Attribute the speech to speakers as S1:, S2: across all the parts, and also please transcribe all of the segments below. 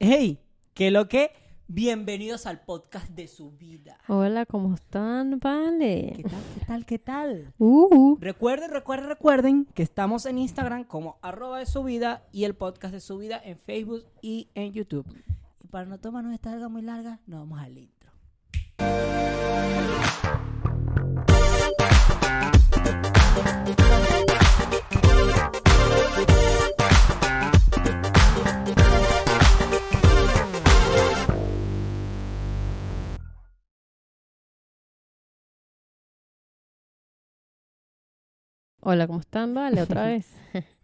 S1: Hey, ¿qué lo que? Bienvenidos al podcast de su vida.
S2: Hola, ¿cómo están?
S1: ¿Qué
S2: Vale.
S1: tal? ¿Qué tal? ¿Qué tal?
S2: Uh,
S1: Recuerden, recuerden, recuerden que estamos en Instagram como arroba de su vida y el podcast de su vida en Facebook y en YouTube. Y para no tomarnos esta larga muy larga, nos vamos al intro.
S2: hola, ¿cómo están? Vale, otra vez.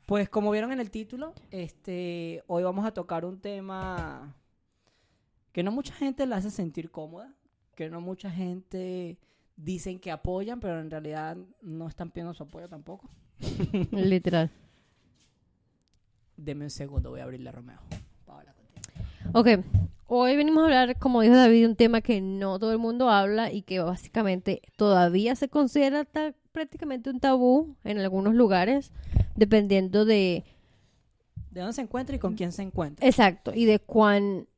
S1: Pues como vieron en el título, este, hoy vamos a tocar un tema que no mucha gente la hace sentir cómoda, que no mucha gente dicen que apoyan, pero en realidad no están pidiendo su apoyo tampoco.
S2: Literal.
S1: Deme un segundo, voy a abrirle a Romeo. Paola, contigo.
S2: Ok, hoy venimos a hablar, como dijo David, de un tema que no todo el mundo habla y que básicamente todavía se considera ta- prácticamente un tabú en algunos lugares, dependiendo de...
S1: ¿De dónde se encuentra y con quién se
S2: Eh,
S1: encuentra?
S2: Exacto, y de cuán...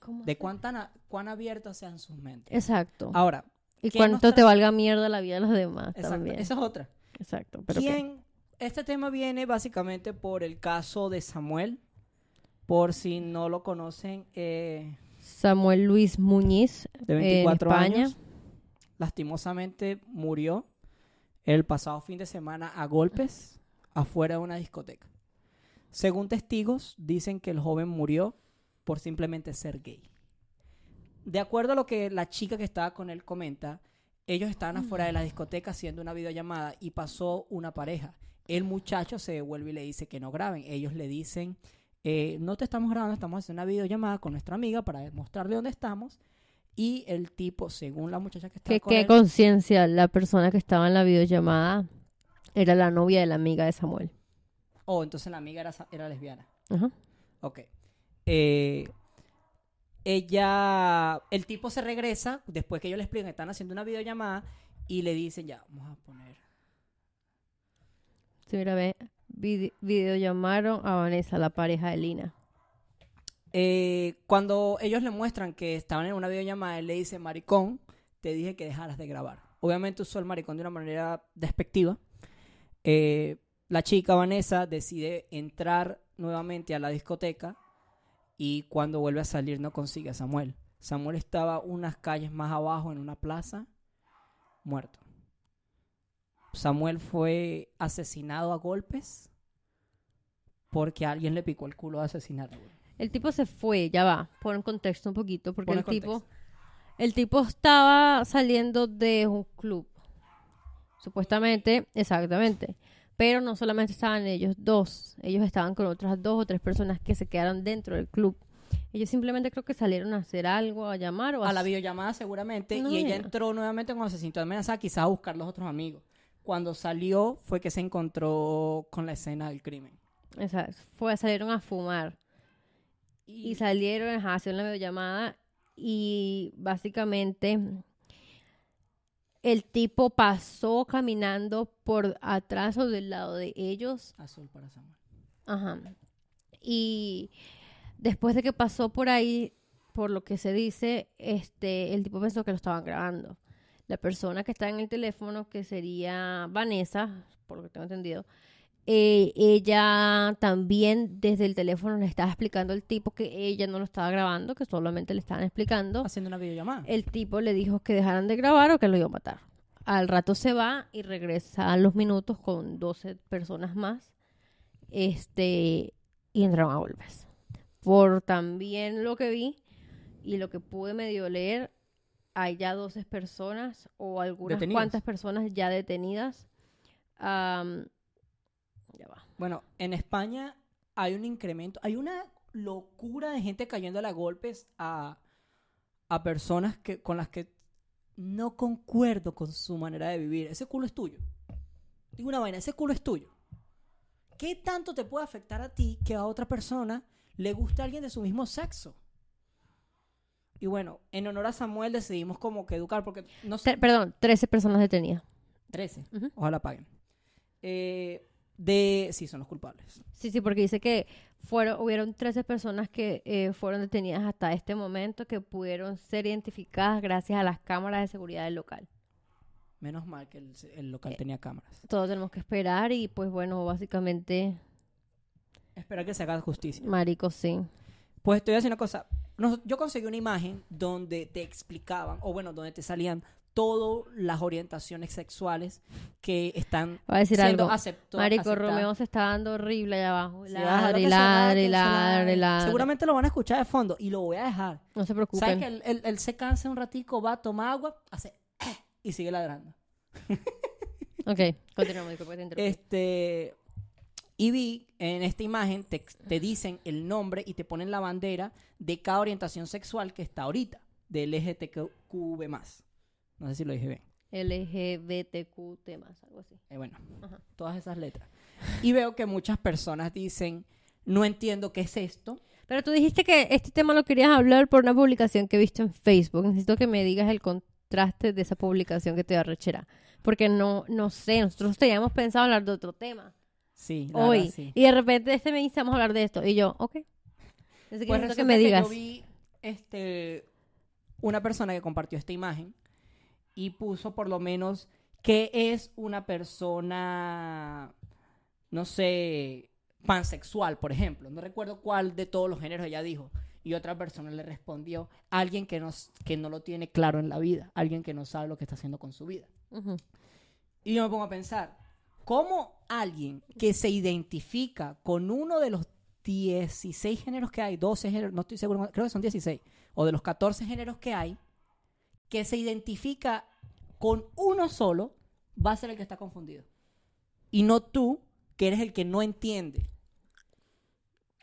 S2: ¿cómo?
S1: De cuán, tan a- cuán abiertos sean sus mentes.
S2: Exacto.
S1: Ahora,
S2: y
S1: ¿quién nos
S2: cuánto te
S1: tra-
S2: valga mierda la vida de los demás
S1: exacto,
S2: también.
S1: esa es otra.
S2: Exacto. Pero ¿qué?
S1: ¿Quién? Este tema viene básicamente por el caso de Samuel. Por si no lo conocen, eh,
S2: Samuel Luis Muñiz,
S1: de 24
S2: en España.
S1: años. Lastimosamente murió el pasado fin de semana a golpes afuera de una discoteca. Según testigos, dicen que el joven murió por simplemente ser gay. De acuerdo a lo que la chica que estaba con él comenta, ellos estaban afuera de la discoteca haciendo una videollamada y pasó una pareja. El muchacho se devuelve y le dice que no graben. Ellos le dicen, eh, no te estamos grabando, estamos haciendo una videollamada con nuestra amiga para demostrarle dónde estamos. Y el tipo, según la muchacha que estaba
S2: Que
S1: con
S2: qué
S1: él,
S2: conciencia, la persona que estaba en la videollamada era la novia de la amiga de Samuel.
S1: oh, entonces la amiga era, sa- era lesbiana.
S2: Ajá.
S1: Ok. Eh, ella, el tipo se regresa después que ellos le explican que están haciendo una videollamada y le dicen, ya, vamos a poner.
S2: Sí, mira, ve, vide- videollamaron a Vanessa, la pareja de Lina.
S1: Eh, cuando ellos le muestran que estaban en una videollamada, él le dice, maricón, te dije que dejaras de grabar. Obviamente usó el maricón de una manera despectiva. Eh, la chica Vanessa decide entrar nuevamente a la discoteca y cuando vuelve a salir no consigue a Samuel. Samuel estaba unas calles más abajo en una plaza, muerto. Samuel fue asesinado a golpes porque alguien le picó el culo de asesinarlo. güey.
S2: El tipo se fue, ya va, pon en contexto un poquito, porque
S1: Pon
S2: el
S1: en
S2: tipo, el tipo estaba saliendo de un club. Supuestamente, exactamente. Pero no solamente estaban ellos dos, ellos estaban con otras dos o tres personas que se quedaron dentro del club. Ellos simplemente creo que salieron a hacer algo, a llamar o
S1: a la
S2: hacer-
S1: videollamada seguramente
S2: No,
S1: y ella
S2: mira.
S1: entró nuevamente cuando se sintió amenazada quizás a buscar los otros amigos. Cuando salió fue que se encontró con la escena del crimen.
S2: Exacto. Fue, salieron a fumar y salieron ajá, a hacer una videollamada y básicamente el tipo pasó caminando por atrás o del lado de ellos.
S1: Azul para Samuel.
S2: Ajá. Y después de que pasó por ahí, por lo que se dice, este, el tipo pensó que lo estaban grabando. La persona que está en el teléfono, que sería Vanessa, por lo que tengo entendido, eh, ella también desde el teléfono le estaba explicando al tipo que ella no lo estaba grabando, que solamente le estaban explicando.
S1: Haciendo una videollamada.
S2: El tipo le dijo que dejaran de grabar o que lo iba a matar. Al rato se va y regresa a los minutos con 12 personas más. Este, y entraron a golpes. Por también lo que vi y lo que pude medio leer, hay ya 12 personas o algunas
S1: Detenidas.
S2: cuantas personas ya detenidas. Am, ya va.
S1: Bueno, en España hay un incremento, hay una locura de gente cayendo a golpes a, a personas que, con las que no concuerdo con su manera de vivir. Ese culo es tuyo. Digo una vaina, ese culo es tuyo. ¿Qué tanto te puede afectar a ti que a otra persona le guste a alguien de su mismo sexo? Y bueno, en honor a Samuel decidimos como que educar, porque no sé.
S2: Tre- perdón, 13 personas detenidas.
S1: 13.
S2: Ujú.
S1: Ojalá paguen. Eh, de... Sí, son los culpables.
S2: Sí, sí, porque dice que fueron, hubieron 13 personas que eh, fueron detenidas hasta este momento que pudieron ser identificadas gracias a las cámaras de seguridad del local.
S1: Menos mal que el, el local tenía cámaras.
S2: Todos tenemos que esperar y pues bueno, básicamente,
S1: Espera que se haga justicia.
S2: marico, sí.
S1: Pues te voy a decir una cosa. Nos- yo conseguí una imagen donde te explicaban, o bueno, donde te salían todas las orientaciones sexuales que están
S2: Va a decir
S1: siendo
S2: algo.
S1: acepto-
S2: Marico,
S1: aceptadas.
S2: Romeo se está dando horrible allá abajo.
S1: Sí,
S2: Ladre,
S1: déjalo
S2: y
S1: que se
S2: ladre,
S1: baje,
S2: y ladre, y
S1: se baje.
S2: ladre.
S1: Seguramente lo van a escuchar de fondo y lo voy a dejar.
S2: No se
S1: ¿Sabes
S2: preocupen.
S1: que él, él- él se cansa un ratico, va a tomar agua, hace y sigue ladrando?
S2: Ok, continuamos, disculpa que te interrumpí.
S1: Este. Y vi en esta imagen, te, te dicen el nombre y te ponen la bandera de cada orientación sexual que está ahorita, del LGTQB. No sé si lo dije bien.
S2: LGBTQ temas, algo así.
S1: Eh, bueno,
S2: Ajá.
S1: todas esas letras. Y veo que muchas personas dicen, no entiendo qué es esto.
S2: Pero tú dijiste que este tema lo querías hablar por una publicación que he visto en Facebook. Necesito que me digas el contraste de esa publicación que te da rechera. Porque no, no sé, nosotros teníamos pensado hablar de otro tema
S1: Sí, la
S2: hoy.
S1: verdad, sí.
S2: Y de repente este me dice, vamos a hablar de esto. Y yo, ok. Así que
S1: Pues
S2: necesito
S1: resulta
S2: que me digas.
S1: yo vi este, una persona que compartió esta imagen y puso por lo menos que es una persona, no sé, pansexual, por ejemplo. No recuerdo cuál de todos los géneros ella dijo. Y otra persona le respondió, alguien que no, s- que no lo tiene claro en la vida, alguien que no sabe lo que está haciendo con su vida.
S2: Ujú.
S1: Y yo me pongo a pensar, ¿cómo alguien que se identifica con uno de los 16 géneros que hay, 12 géneros, no estoy seguro, creo que son 16, o de los 14 géneros que hay, que se identifica con uno solo, va a ser el que está confundido? Y no tú, que eres el que no entiende.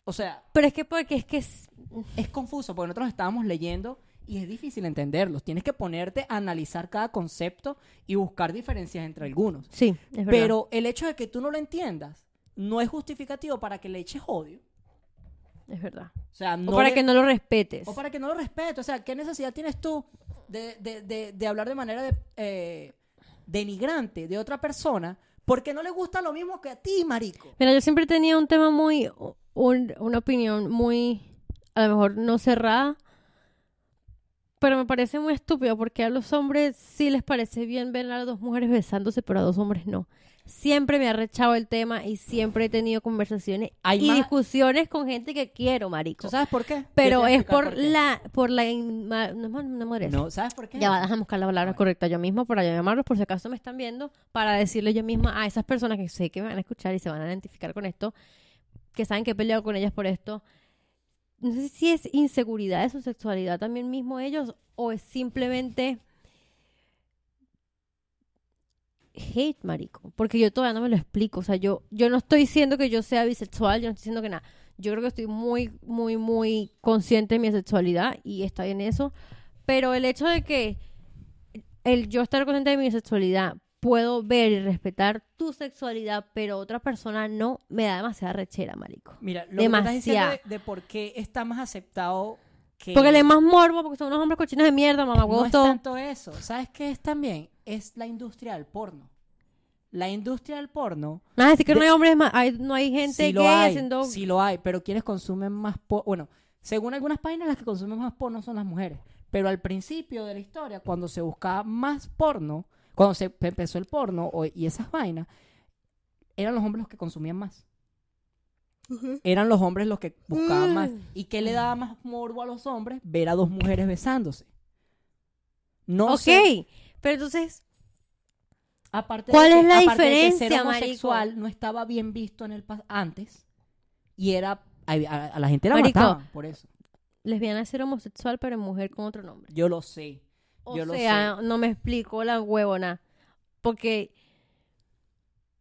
S1: O sea,
S2: Pero es que porque es que es-
S1: es confuso porque nosotros estábamos leyendo y es difícil entenderlos. Tienes que ponerte a analizar cada concepto y buscar diferencias entre algunos.
S2: Sí, es verdad.
S1: Pero el hecho de que tú no lo entiendas no es justificativo para que le eches odio.
S2: Es verdad.
S1: O sea, no
S2: o para
S1: le-
S2: que no lo respetes.
S1: o para que no lo respetes. O sea, ¿qué necesidad tienes tú de, de- de- de hablar de manera de- eh, denigrante de otra persona porque no le gusta lo mismo que a ti, marico?
S2: Mira, yo siempre tenía un tema muy, un- una opinión muy, a lo mejor no cerrada, pero me parece muy estúpido porque a los hombres sí les parece bien ver a dos mujeres besándose, pero a dos hombres no. Siempre me ha rechado el tema y siempre he tenido conversaciones
S1: Hay
S2: y
S1: más-
S2: discusiones con gente que quiero,
S1: ¿Tú
S2: marico.
S1: sabes por qué? Yo te
S2: Pero
S1: voy a
S2: es
S1: explicar
S2: por
S1: qué.
S2: la, por la, inma- no, es ma- no madurez.
S1: No, ¿sabes por qué?
S2: Ya va, déjame buscar la palabra
S1: Bueno.
S2: correcta yo misma para llamarlos, por si acaso me están viendo, para decirle yo misma a esas personas que sé que me van a escuchar y se van a identificar con esto, que saben que he peleado con ellas por esto. No sé si es inseguridad de su sexualidad también mismo ellos o es simplemente hate, marico. Porque yo todavía no me lo explico. O sea, yo, yo no estoy diciendo que yo sea bisexual, yo no estoy diciendo que nada. Yo creo que estoy muy, muy, muy consciente de mi sexualidad y estoy en eso. Pero el hecho de que el yo estar consciente de mi sexualidad, puedo ver y respetar tu sexualidad, pero otra persona no, me da demasiada rechera, marico.
S1: Mira, lo que me estás diciendo de,
S2: Demasiado.
S1: de por qué está más aceptado que...
S2: Porque le más morbo, porque son unos hombres cochinos de mierda, mamá,
S1: No
S2: huevos,
S1: es
S2: todo.
S1: tanto eso. ¿Sabes qué es también? Es la industria del porno. La industria del porno.
S2: Me vas a decir que no
S1: de-
S2: hay hombres, ma- hay- no hay gente
S1: sí
S2: gay
S1: lo hay,
S2: haciendo...
S1: sí lo hay, pero quienes consumen más porno. Bueno, según algunas páginas, las que consumen más porno son las mujeres. Pero al principio de la historia, cuando se buscaba más porno, cuando se pe- empezó el porno o- y esas vainas, eran los hombres los que consumían más. Eran los hombres los que buscaban más.
S2: Mm.
S1: ¿Y qué le daba más morbo a los hombres? Ver a dos mujeres besándose. No
S2: ok,
S1: sé
S2: pero entonces...
S1: Aparte
S2: ¿Cuál
S1: de
S2: es
S1: que-
S2: la
S1: aparte de que
S2: diferencia,
S1: ser homosexual
S2: marico?
S1: no estaba bien visto en el pas- antes y era a, a- a la gente la
S2: Marico.
S1: mataban por eso.
S2: lesbiana es ser homosexual, pero mujer con otro nombre.
S1: Yo lo sé.
S2: O
S1: Yo lo
S2: sea, no me explico la huevona. Porque,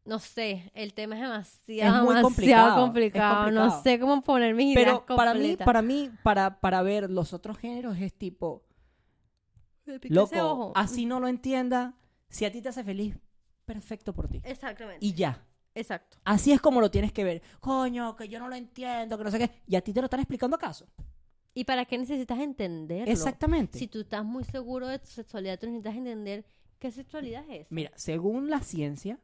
S2: no sé, el tema es demasiado,
S1: Es muy
S2: demasiado
S1: complicado,
S2: complicado,
S1: es complicado.
S2: No sé cómo poner mis ideas
S1: Pero para mí,
S2: completas.
S1: para mí, para, para ver los otros géneros es tipo,
S2: Me pica ese
S1: loco,
S2: ojo.
S1: así no lo entienda, si a ti te hace feliz, perfecto por
S2: Eh.
S1: ti.
S2: Exactamente.
S1: Y ya.
S2: Exacto.
S1: Así es como lo tienes que ver. Coño, que yo no lo entiendo, que no sé qué. ¿Y a ti te lo están explicando acaso?
S2: ¿Y para qué necesitas entenderlo?
S1: Exactamente.
S2: Si tú estás muy seguro de tu sexualidad, tú necesitas entender qué sexualidad es.
S1: Mira, según la ciencia,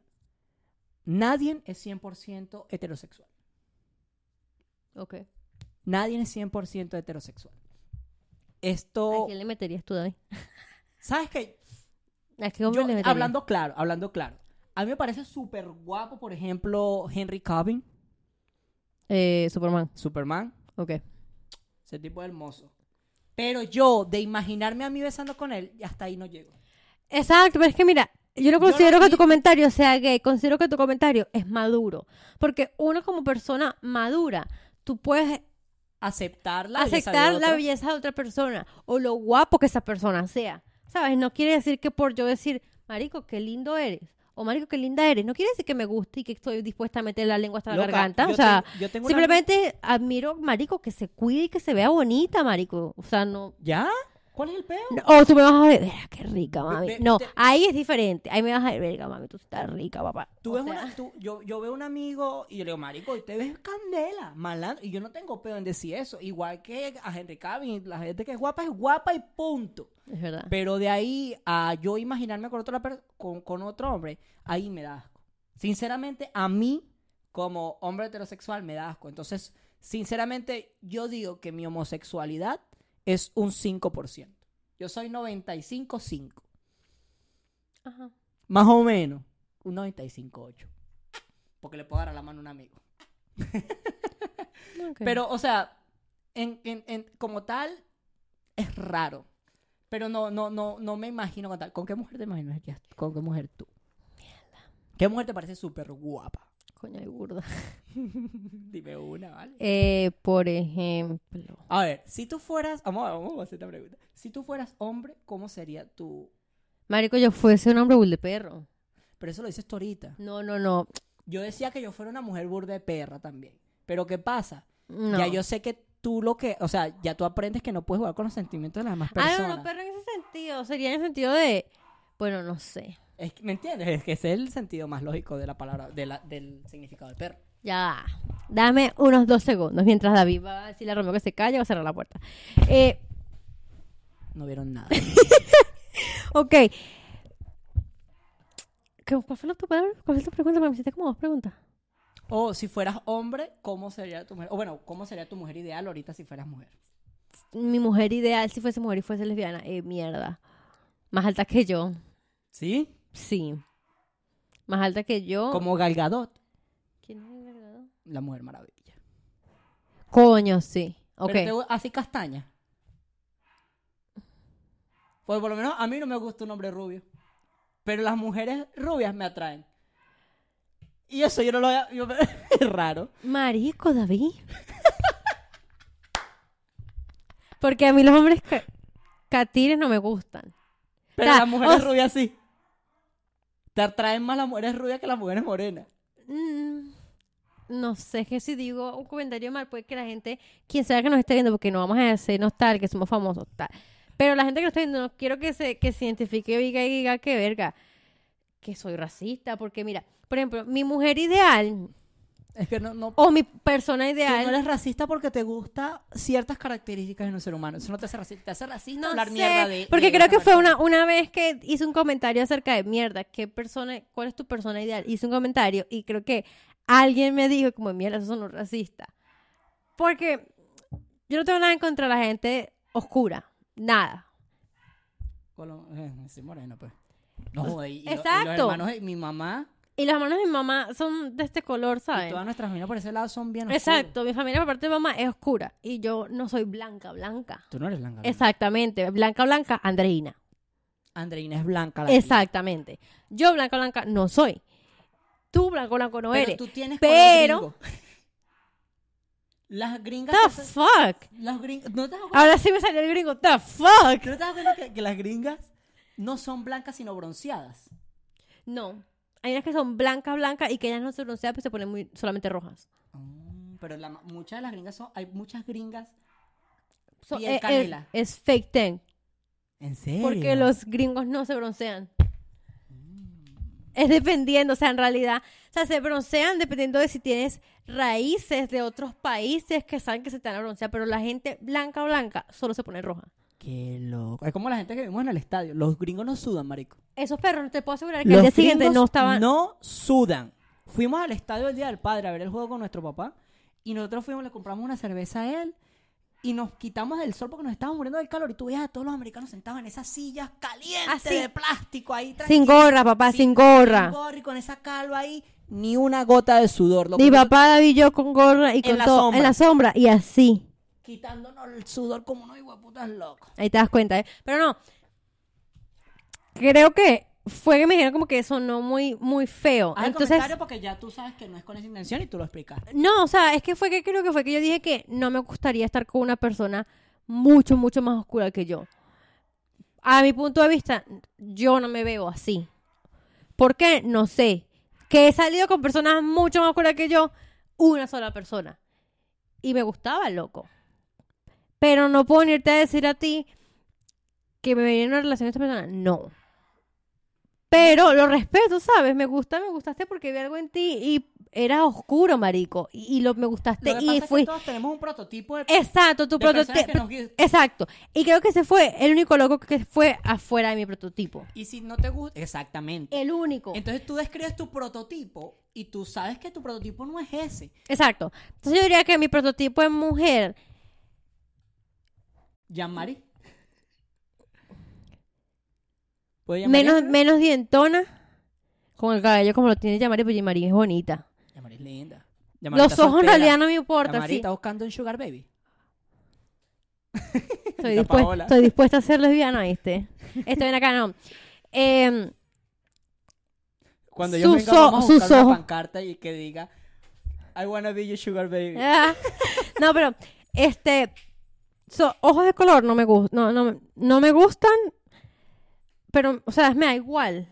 S1: Nadie es 100% heterosexual.
S2: Ok.
S1: Nadie es 100% heterosexual.
S2: ¿A
S1: Esto,
S2: quién le meterías tú, David?
S1: ¿sabes qué?
S2: ¿A qué hombre
S1: Yo,
S2: le meterías?
S1: hablando claro, hablando claro. A mí me parece súper guapo, por ejemplo, Henry Cavill,
S2: Eh, Superman.
S1: Superman,
S2: Ok.
S1: ese tipo es hermoso. Pero yo, de imaginarme a mí besando con él, hasta ahí no llego.
S2: Exacto, pero es que mira, yo no
S1: Yo
S2: considero
S1: no
S2: que tu
S1: vi-
S2: comentario sea gay, considero que tu comentario es maduro. Porque uno como persona madura, tú puedes
S1: Aceptar la belleza de
S2: aceptar la
S1: otro.
S2: belleza de otra persona o lo guapo que esa persona sea. ¿Sabes? No quiere decir que por yo decir, Marico, qué lindo eres. O Marico, qué linda eres. No quiere decir que me guste y que estoy dispuesta a meter la lengua hasta la
S1: Loca,
S2: garganta.
S1: yo
S2: O sea,
S1: tengo- yo tengo una-
S2: simplemente admiro, Marico, que se cuide y que se vea bonita, Marico. O sea, no,
S1: ¿Ya? ¿Cuál es el peo?
S2: no, O tú me vas a ver, "Verga, qué rica, mami.
S1: ve-
S2: No,
S1: te-
S2: ahí es diferente. Ahí me vas a ver, verga, mami, tú estás rica, papá.
S1: Tú
S2: O
S1: ves
S2: sea,
S1: una- tú- yo, yo veo un amigo y yo le digo, marico, y te ves candela, malandro. Y yo no tengo pedo en decir eso. Igual que a Henry Cavill, la gente que es guapa es guapa y punto.
S2: Es verdad.
S1: Pero de ahí a yo imaginarme con, otra per- con, con otro hombre, ahí me da asco. Sinceramente, a mí, como hombre heterosexual, me da asco. Entonces, sinceramente, yo digo que mi homosexualidad es un 5%. Yo soy 95-5.
S2: Ajá.
S1: Más o menos. Un 95.8. Porque le puedo dar a la mano a un amigo.
S2: Ok.
S1: Pero, o sea, en, en- en- como tal, es raro. Pero no, no, no, no me imagino con tal. ¿Con qué mujer te imaginas? Ya, ¿Con qué mujer tú? ¿Qué mujer te parece súper guapa?
S2: Coño, de burda.
S1: Dime una, ¿vale?
S2: Eh, por ejemplo.
S1: A ver, si tú fueras... Vamos, a- vamos a hacer esta pregunta. Si tú fueras hombre, ¿cómo sería tu...?
S2: Marico, yo fuese un hombre bull de perro.
S1: Pero eso lo dices tú ahorita.
S2: No, no, no.
S1: Yo decía que yo fuera una mujer burda de perra también. Pero ¿qué pasa?
S2: no.
S1: Ya yo sé que tú lo que, o sea, ya tú aprendes que no puedes jugar con los sentimientos de las demás
S2: Ah,
S1: personas.
S2: no, no, perro en ese sentido. Sería en el sentido de. Bueno, no sé.
S1: Es que- ¿Me entiendes? Es que ese es el sentido más lógico de la palabra, de la- del significado del perro.
S2: Ya va. Dame unos dos segundos mientras David va a decirle a Romeo que se calle o a cerrar la puerta. Eh,
S1: No vieron nada.
S2: ok. ¿Qué- ¿Cuál fue la tu palabra? ¿Cuál fue tu pregunta? Me hiciste como dos preguntas.
S1: o si fueras hombre, ¿cómo sería tu mujer? O bueno, ¿cómo sería tu mujer ideal ahorita si fueras mujer?
S2: mi mujer ideal si fuese mujer y fuese lesbiana, eh, mierda. Más alta que yo,
S1: ¿Sí?
S2: sí. Más alta que yo.
S1: Como Galgadot,
S2: ¿Quién es el verdadero?
S1: la mujer maravilla.
S2: Coño, sí. Ok.
S1: Pero te gu- así castaña. Pues por lo menos a mí no me gusta un hombre rubio. Pero las mujeres rubias me atraen. Y eso yo no lo había- yo- es raro.
S2: Marico, David. Porque a mí los hombres ca- catires no me gustan.
S1: Pero
S2: O sea,
S1: las mujeres
S2: o sea-
S1: rubias sí. Te atraen más las mujeres rubias que las mujeres morenas.
S2: Mm, no sé, es que si digo un comentario mal, puede que la gente, quien sea que nos esté viendo, porque no vamos a hacernos tal, que somos famosos, tal. Pero la gente que nos está viendo, no quiero que se, que se identifique y diga, y diga que verga, que soy racista, porque mira, por ejemplo, mi mujer ideal
S1: Es que no, no, tú
S2: o mi persona
S1: no
S2: ideal.
S1: eres racista porque te gustan ciertas características en un ser humano. Eso no te hace racista. Te hace racista
S2: No
S1: hablar
S2: sé,
S1: mierda de.
S2: porque
S1: de
S2: creo
S1: otra
S2: que fue
S1: persona.
S2: una, una vez que hice un comentario acerca de mierda, ¿qué persona, cuál es tu persona ideal? Hice un comentario y creo que alguien me dijo como mierda, eso son racistas. Porque yo no tengo nada en contra de la gente oscura, nada.
S1: Colo- eh, sí, moreno, pues. No, joder, y, y lo- y los
S2: Exacto.
S1: hermanos de mi mamá
S2: Y los hermanos de mi mamá son de este color,
S1: y
S2: ¿sabes?
S1: todas nuestras familias por ese lado son bien. oscuros.
S2: Exacto, mi familia por parte de mamá es oscura y yo no soy blanca, blanca.
S1: Tú no eres blanca. Andreina
S2: Exactamente, blanca, blanca, Andreina.
S1: Andreina es blanca. La
S2: Exactamente. Yo blanca, blanca no soy. Tú blanco, blanco no
S1: Pero
S2: eres.
S1: tú tienes
S2: pero-
S1: color gringo. Las gringas.
S2: The
S1: se hacen-
S2: fuck.
S1: Las gringas. ¿No te das cuenta?
S2: Ahora sí me salió el gringo. The fuck.
S1: ¿Tú no te das cuenta que, que las gringas no son blancas sino bronceadas?
S2: No. Hay unas que son blancas, blancas y que ellas no se pronuncian, pero se ponen muy, solamente rojas.
S1: Mm, Pero la ma- muchas de las gringas son. Hay muchas gringas.
S2: So-
S1: Piel
S2: eh, es-
S1: canela.
S2: Es, fake tan.
S1: ¿En serio?
S2: Porque los gringos no se broncean. Es dependiendo, o sea, en realidad, o sea, se broncean dependiendo de si tienes raíces de otros países que saben que se te van a broncear, pero la gente blanca, blanca, solo se pone roja.
S1: Qué loco. Es como la gente que vimos en el estadio. Los gringos no sudan, marico.
S2: Esos perros, no te puedo asegurar que
S1: Los
S2: al día siguiente
S1: gringos
S2: no estaban.
S1: No sudan. Fuimos al estadio el Día del Padre a ver el juego con nuestro papá y nosotros fuimos, le compramos una cerveza a él y nos quitamos del sol porque nos estábamos muriendo del calor y tú veías a todos los americanos sentados en esas sillas calientes
S2: Así.
S1: de plástico ahí
S2: Ah, Sin
S1: tranquilos,
S2: gorra, papá, sin gorra.
S1: sin gorra y con esa calva ahí, ni una gota de sudor. Lo
S2: Mi
S1: que-
S2: papá David y yo con gorra y
S1: En
S2: con
S1: la
S2: todo
S1: sombra.
S2: en la sombra y así.
S1: Quitándonos el sudor como unos hijueputas locos.
S2: Ahí te das cuenta, ¿eh? Pero no. Creo que fue que me dijeron como que sonó muy, muy feo.
S1: Haz Ah, el
S2: Ah, Entonces,
S1: comentario porque ya tú sabes que no es con esa intención y tú lo explicas.
S2: no, o sea, es que fue que creo que fue que yo dije que no me gustaría estar con una persona mucho, mucho más oscura que yo. A mi punto de vista, yo no me veo así. ¿Por qué? No sé. Que he salido con personas mucho más oscuras que yo, una sola persona. Y me gustaba, loco. Pero no puedo venirte a decir a ti que me venía en una relación de esta persona. No. Pero lo respeto, ¿sabes? Me gusta, me gustaste porque vi algo en ti y eras oscuro, marico. Y, y lo, me gustaste
S1: Lo que pasa
S2: y
S1: es
S2: fui...
S1: que todos tenemos un prototipo de,
S2: Exacto, tu
S1: de personas
S2: prototipo.
S1: que nos gui-
S2: Exacto. Y creo que ese fue el único loco que fue afuera de mi prototipo.
S1: Y si no te gusta... Exactamente.
S2: El único.
S1: Entonces tú describes tu prototipo y tú sabes que tu prototipo no es ese.
S2: Exacto. Entonces yo diría que mi prototipo es mujer.
S1: Jean-Marie. ¿Puedo llamar
S2: Menos,
S1: Jean-Marie?
S2: menos dientona. Con el cabello como lo tiene Yamari, pero Yamari es bonita.
S1: Jean-Marie es linda. Jean-Marie
S2: Los
S1: está
S2: ojos en
S1: soltera.
S2: realidad no me importan.
S1: Jean-Marie
S2: Sí,
S1: está buscando un sugar baby.
S2: estoy,
S1: la
S2: dispuesta-
S1: Paola.
S2: estoy dispuesta a ser lesbiana, ¿viste? Estoy en acá, no. Em,
S1: Cuando yo
S2: Sus
S1: venga vamos a
S2: o-
S1: buscar
S2: sus
S1: una
S2: ojos.
S1: pancarta y que diga I wanna be your sugar baby.
S2: ah, no, pero este so- ojos de color no me gustan, no, no, no me gustan, pero o sea, me da igual.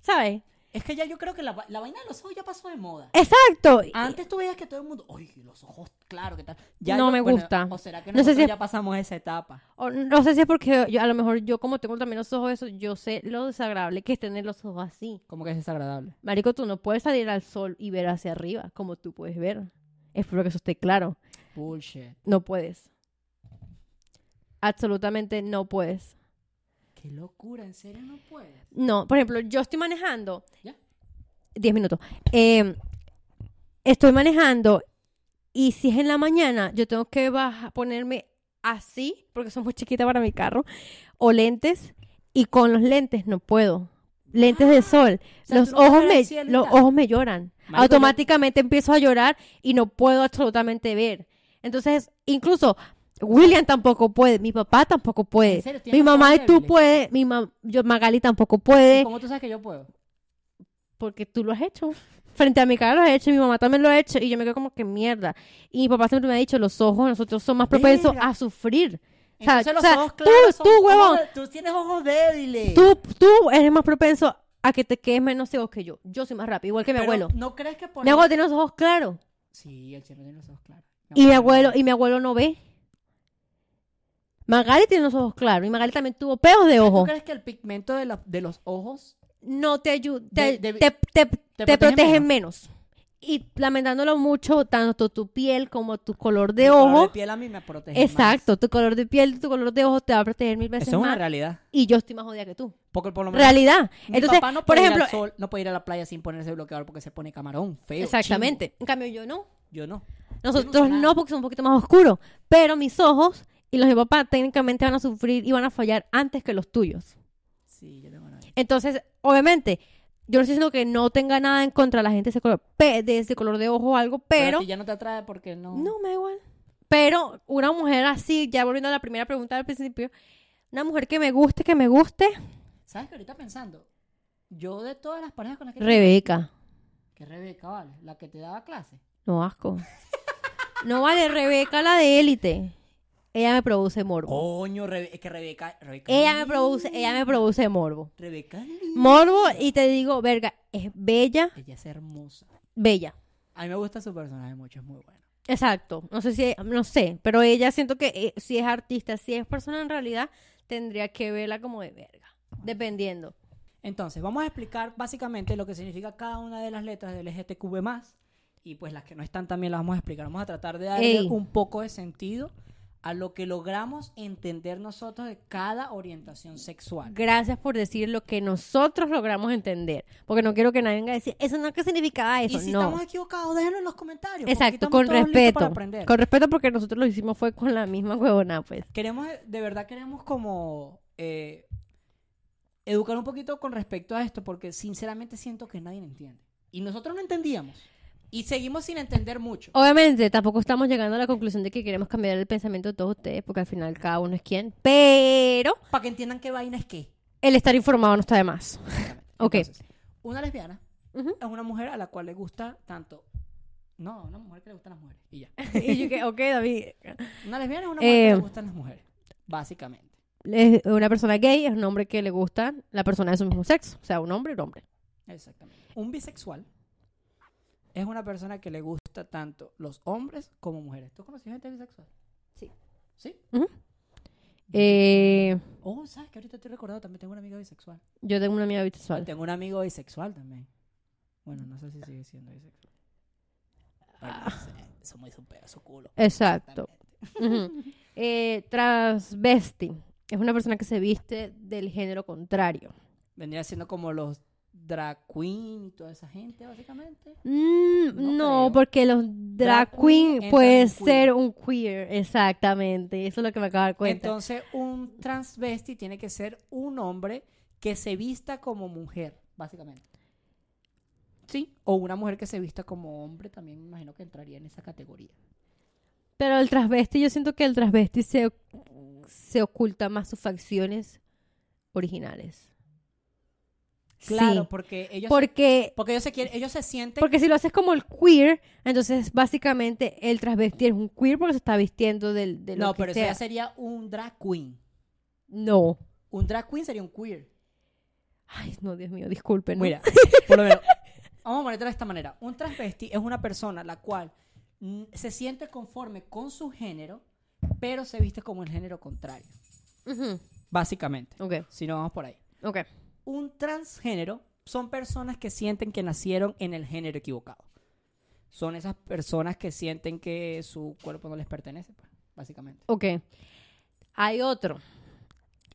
S2: ¿Sabes?
S1: Es que ya yo creo que la, la vaina de los ojos ya pasó de moda.
S2: Eh. Exacto.
S1: Antes tú veías que todo el mundo, ¡ay, los ojos, claro, qué tal! Ya
S2: No
S1: yo-
S2: me
S1: bueno,
S2: gusta.
S1: ¿O será que
S2: No sé
S1: nosotros
S2: si-
S1: ya pasamos esa etapa?
S2: O no sé si es porque yo- a lo mejor yo como tengo también los ojos eso, yo sé lo desagradable que es tener los ojos así.
S1: Como que es desagradable.
S2: Marico, tú no puedes salir al sol y ver hacia arriba, como tú puedes ver. Espero que eso esté claro.
S1: Bullshit.
S2: No puedes. Absolutamente no puedes.
S1: ¡Qué locura! ¿En serio no puedes?
S2: No, por ejemplo, yo estoy manejando.
S1: Ya.
S2: 10 minutos. Eh, estoy manejando y si es en la mañana, yo tengo que baja- ponerme así, porque son muy chiquitas para mi carro, o lentes, y con los lentes no puedo. Lentes de sol.
S1: Ah, sea,
S2: los
S1: tú no puedes
S2: ojos
S1: ver el
S2: me,
S1: cielo y
S2: los
S1: nada.
S2: ojos me lloran.
S1: Marico, yo-
S2: Automáticamente empiezo a llorar y no puedo absolutamente ver. Entonces, incluso William tampoco puede, mi papá tampoco puede,
S1: ¿En serio? ¿Tienes
S2: mi
S1: los
S2: mamá y
S1: ojos
S2: tú
S1: débiles?
S2: puedes, mi mam- yo, Magali tampoco puede.
S1: ¿Y ¿Cómo tú sabes que yo puedo?
S2: porque tú lo has hecho. Frente a mi cara lo has hecho, y mi mamá también lo ha hecho, y yo me quedo como que mierda. Y mi papá siempre me ha dicho, los ojos de nosotros son más propensos
S1: Verga.
S2: a sufrir. O sea,
S1: Entonces
S2: o sea,
S1: los ojos
S2: tú,
S1: claros son
S2: tú,
S1: como
S2: huevón,
S1: de- Tú tienes ojos débiles.
S2: tú, tú eres más propenso a que te quedes menos ciego que yo. Yo soy más rápido, igual que mi
S1: Pero,
S2: abuelo.
S1: ¿No crees que por
S2: Mi abuelo tiene los ojos claros,
S1: Sí, el cielo tiene los ojos claros.
S2: y mi abuelo, y mi abuelo no ve. Magali tiene los ojos claros, y Magali también tuvo peos de
S1: ¿Tú
S2: ojo.
S1: crees que el pigmento de, la- de los ojos
S2: no te ayuda, te,
S1: De- de-
S2: te- te- te
S1: protegen
S2: protegen menos. Y lamentándolo mucho, tanto tu piel como tu color de
S1: mi color
S2: ojo.
S1: de piel a mí me protege más?
S2: Exacto, tu color de piel, tu color de ojo te va a proteger mil veces
S1: Eso es una
S2: más.
S1: realidad.
S2: Y yo estoy más jodida que tú.
S1: Porque por lo menos
S2: Realidad.
S1: Mi
S2: Entonces,
S1: papá no
S2: por
S1: puede
S2: ejemplo,
S1: ir al sol, no puede ir a la playa sin ponerse bloqueador porque se pone camarón, feo.
S2: exactamente. En cambio, yo no.
S1: chimbo. Yo no.
S2: Nosotros
S1: nada.
S2: no, porque son un poquito más oscuros. Pero mis ojos y los de papá técnicamente van a sufrir y van a fallar antes que los tuyos.
S1: Sí, yo tengo nadie.
S2: Entonces, obviamente, yo no estoy diciendo que no tenga nada en contra de la gente de ese color, pe- de ese color de ojo o algo,
S1: a
S2: pero
S1: ti ya no te atrae porque no.
S2: No, me da igual. Pero una mujer así, ya volviendo a la primera pregunta del principio, una mujer que me guste, que me guste,
S1: ¿Sabes que ahorita pensando? Yo de todas las parejas con las que
S2: Rebeca.
S1: que Rebeca, vale, la que te daba clase.
S2: No asco. No vale, Rebeca la de élite. Ella me produce morbo.
S1: Coño, Rebe- es que Rebeca, Rebeca.
S2: Ella me produce, ella me produce morbo.
S1: Rebeca,
S2: Morbo y te digo, verga, es bella,
S1: ella es hermosa.
S2: bella.
S1: A mí me gusta su personaje mucho, es muy bueno.
S2: Exacto. No sé si, no sé, pero ella siento que eh, si es artista, si es persona en realidad, tendría que verla como de verga. Dependiendo.
S1: Entonces, vamos a explicar básicamente lo que significa cada una de las letras del LGTQB+, y pues las que no están también las vamos a explicar. Vamos a tratar de darle
S2: Ey.
S1: un poco de sentido a lo que logramos entender nosotros de cada orientación sexual.
S2: Gracias por decir lo que nosotros logramos entender. Porque no quiero que nadie venga a decir, eso no que significaba eso.
S1: y si
S2: no.
S1: estamos equivocados, déjenos en los comentarios. porque aquí
S2: Exacto,
S1: estamos
S2: con
S1: todos listos para
S2: respeto.
S1: aprender.
S2: Con respeto porque nosotros lo hicimos fue con la misma huevona, pues.
S1: Queremos, de verdad queremos como eh, educar un poquito con respecto a esto, porque sinceramente siento que nadie entiende. Y nosotros no entendíamos. Y seguimos sin entender mucho.
S2: Obviamente, tampoco estamos llegando a la conclusión de que queremos cambiar el pensamiento de todos ustedes, porque al final cada uno es quien. Pero
S1: Para que entiendan qué vaina es qué.
S2: el estar informado no está de más.
S1: Exactamente.
S2: Ok.
S1: Entonces, una lesbiana
S2: Ujú.
S1: es una mujer a la cual le gusta tanto. No, una mujer que le gustan las mujeres. Y ya.
S2: y yo que, ok, David.
S1: Una lesbiana es una mujer que
S2: Eh.
S1: le gustan las mujeres. Básicamente.
S2: Es una persona gay es un hombre que le gusta la persona de su mismo sexo. O sea, un hombre, un hombre.
S1: Exactamente. Un bisexual es una persona que le gusta tanto los hombres como mujeres. ¿Tú conoces gente bisexual?
S2: Sí.
S1: ¿Sí?
S2: Eh,
S1: Oh, ¿sabes que ahorita estoy recordado? También tengo un amigo bisexual.
S2: yo tengo una amiga
S1: Ah,
S2: bisexual.
S1: Tengo un amigo bisexual también. Bueno, no sé si sigue siendo bisexual. Bueno, no sé, Eso muy su pedo, su culo.
S2: Ah. Exacto. Ujú. Eh, transvesti es una persona que se viste del género contrario.
S1: Vendría siendo como los drag queen y toda esa gente, básicamente.
S2: Mm,
S1: No
S2: no,
S1: creo.
S2: porque los
S1: Drag
S2: drag,
S1: queen
S2: queen,
S1: entra en
S2: puede
S1: un queer.
S2: ser un queer, exactamente. Eso es lo que me acabo de dar cuenta.
S1: Entonces, un transvesti tiene que ser un hombre que se vista como mujer, básicamente. Sí, o una mujer que se vista como hombre también me imagino que entraría en esa categoría.
S2: Pero el transvesti, yo siento que el transvesti se, se oculta más sus facciones originales.
S1: Claro,
S2: Sí,
S1: porque ellos
S2: porque,
S1: porque ellos se quieren, ellos se sienten
S2: porque si lo haces como el queer, entonces básicamente el transvesti es un queer porque se está vistiendo del, de lo
S1: No,
S2: que
S1: pero eso
S2: sea.
S1: ya sería un drag queen.
S2: No.
S1: Un drag queen sería un queer.
S2: Ay, no, Dios mío, disculpen.
S1: Mira, por lo menos, vamos a ponerlo de esta manera. Un transvesti es una persona la cual mm, se siente conforme con su género, pero se viste como el género contrario,
S2: Ujú.
S1: básicamente.
S2: Ok,
S1: Si no, vamos por ahí.
S2: ok.
S1: Un transgénero son personas que sienten que nacieron en el género equivocado. Son esas personas que sienten que su cuerpo no les pertenece, pues, básicamente.
S2: Ok. Hay otro.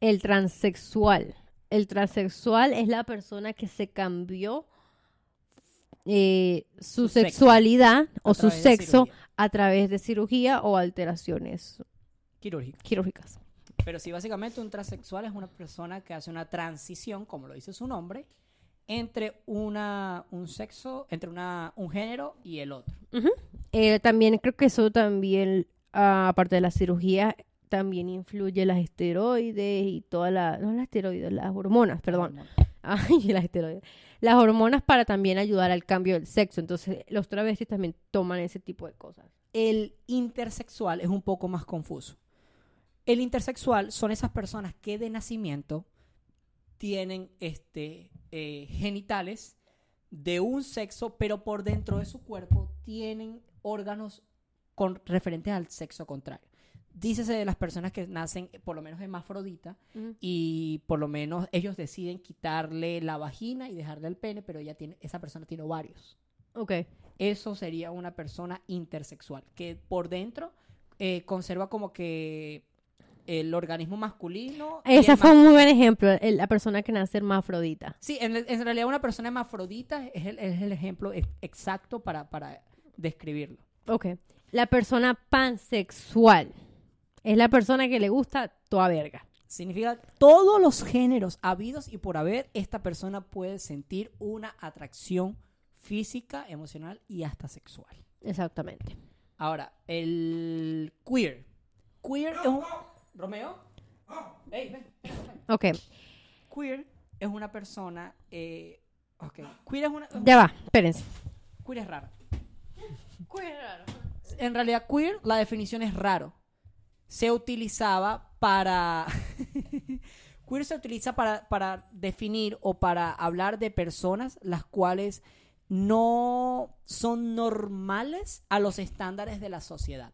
S2: El transexual. El transexual es la persona que se cambió eh, su,
S1: Su sexo.
S2: sexualidad o
S1: A
S2: su
S1: través de
S2: sexo
S1: cirugía.
S2: a través de cirugía o alteraciones
S1: Quirúrgico.
S2: quirúrgicas.
S1: Pero sí, básicamente un transexual es una persona que hace una transición, como lo dice su nombre, entre una, un sexo, entre una, un género y el otro.
S2: Eh, también creo que eso también, ah, aparte de la cirugía, también influye las esteroides y todas las... No las esteroides, las hormonas, perdón. Ay, las esteroides. Las hormonas para también ayudar al cambio del sexo. Entonces, los travestis también toman ese tipo de cosas.
S1: El intersexual es un poco más confuso. El intersexual son esas personas que de nacimiento tienen este, eh, genitales de un sexo, pero por dentro de su cuerpo tienen órganos con, referentes al sexo contrario. Dícese de las personas que nacen, eh, por lo menos hemafrodita, y por lo menos ellos deciden quitarle la vagina y dejarle el pene, pero ella tiene, esa persona tiene ovarios
S2: Ok.
S1: eso sería una persona intersexual, que por dentro eh, conserva como que el organismo masculino. y
S2: Ese
S1: el
S2: fue
S1: ma-
S2: un muy buen ejemplo. el- la persona que nace hermafrodita.
S1: Sí, en, en realidad una persona hemafrodita es el, es el ejemplo e- exacto para, para describirlo.
S2: Ok. La persona pansexual. Es la persona que le gusta toda verga.
S1: Significa todos los géneros habidos y por haber, esta persona puede sentir una atracción física, emocional y hasta sexual.
S2: Exactamente.
S1: Ahora, el queer. Queer es un... Romeo. Ey, ven.
S2: Ok.
S1: queer es una persona. Eh, ok. Queer es una.
S2: Ya va. Espérense.
S1: Queer es raro. En realidad, queer, la definición es raro. Se utilizaba para. queer se utiliza para, para definir o para hablar de personas las cuales no son normales a los estándares de la sociedad.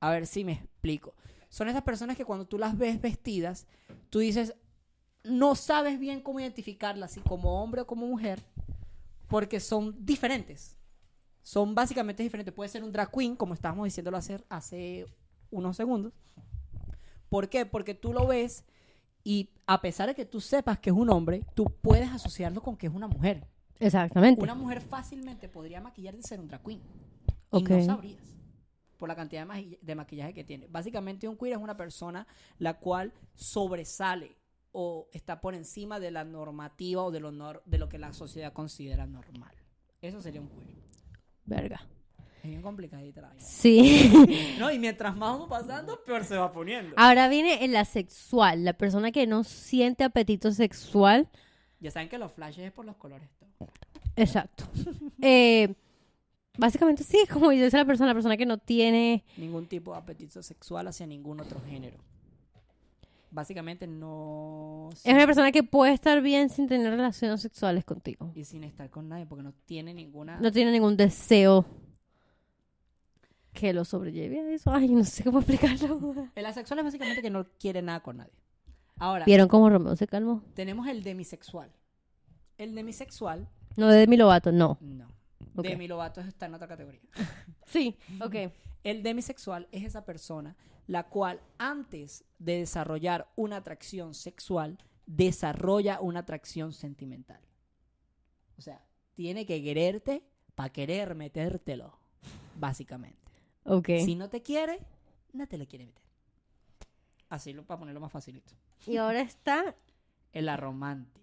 S1: A ver si me explico. Son esas personas que cuando tú las ves vestidas, tú dices, no sabes bien cómo identificarlas, si como hombre o como mujer, porque son diferentes. Son básicamente diferentes. Puede ser un drag queen, como estábamos diciéndolo hace, hace unos segundos. ¿Por qué? Porque tú lo ves y a pesar de que tú sepas que es un hombre, tú puedes asociarlo con que es una mujer.
S2: Exactamente.
S1: Una mujer fácilmente podría maquillar y ser un drag queen.
S2: Ok.
S1: Y no sabrías. Por la cantidad de, maquill- de maquillaje que tiene. Básicamente, un queer es una persona la cual sobresale o está por encima de la normativa o de lo, nor- de lo que la sociedad considera normal. Eso sería un queer.
S2: Verga.
S1: Es bien complicadita la vaina.
S2: Sí.
S1: No, y mientras más vamos pasando, peor se va poniendo.
S2: Ahora viene el asexual, la persona que no siente apetito sexual.
S1: Ya saben que los flashes es por los colores. todo.
S2: Exacto. Eh, básicamente sí, es como dice la persona, la persona que no tiene...
S1: Ningún tipo de apetito sexual hacia ningún otro género. Básicamente no...
S2: Es una persona que puede estar bien sin tener relaciones sexuales contigo.
S1: Y sin estar con nadie, porque no tiene ninguna...
S2: No tiene ningún deseo que lo sobrelleve a eso. Ay, no sé cómo explicarlo.
S1: El asexual es básicamente que no quiere nada con nadie. Ahora,
S2: ¿Vieron cómo Romeo se calmó?
S1: tenemos el demisexual. El demisexual,
S2: No, de mi Lovato, no.
S1: no.
S2: Ok.
S1: Demi Lovato está en otra categoría.
S2: Sí, ok.
S1: El demisexual es esa persona la cual antes de desarrollar una atracción sexual, desarrolla una atracción sentimental. O sea, tiene que quererte para querer metértelo, básicamente.
S2: Ok.
S1: Si no te quiere, no te lo quiere meter. Así lo, para ponerlo más facilito.
S2: Y ahora está,
S1: El aromántico.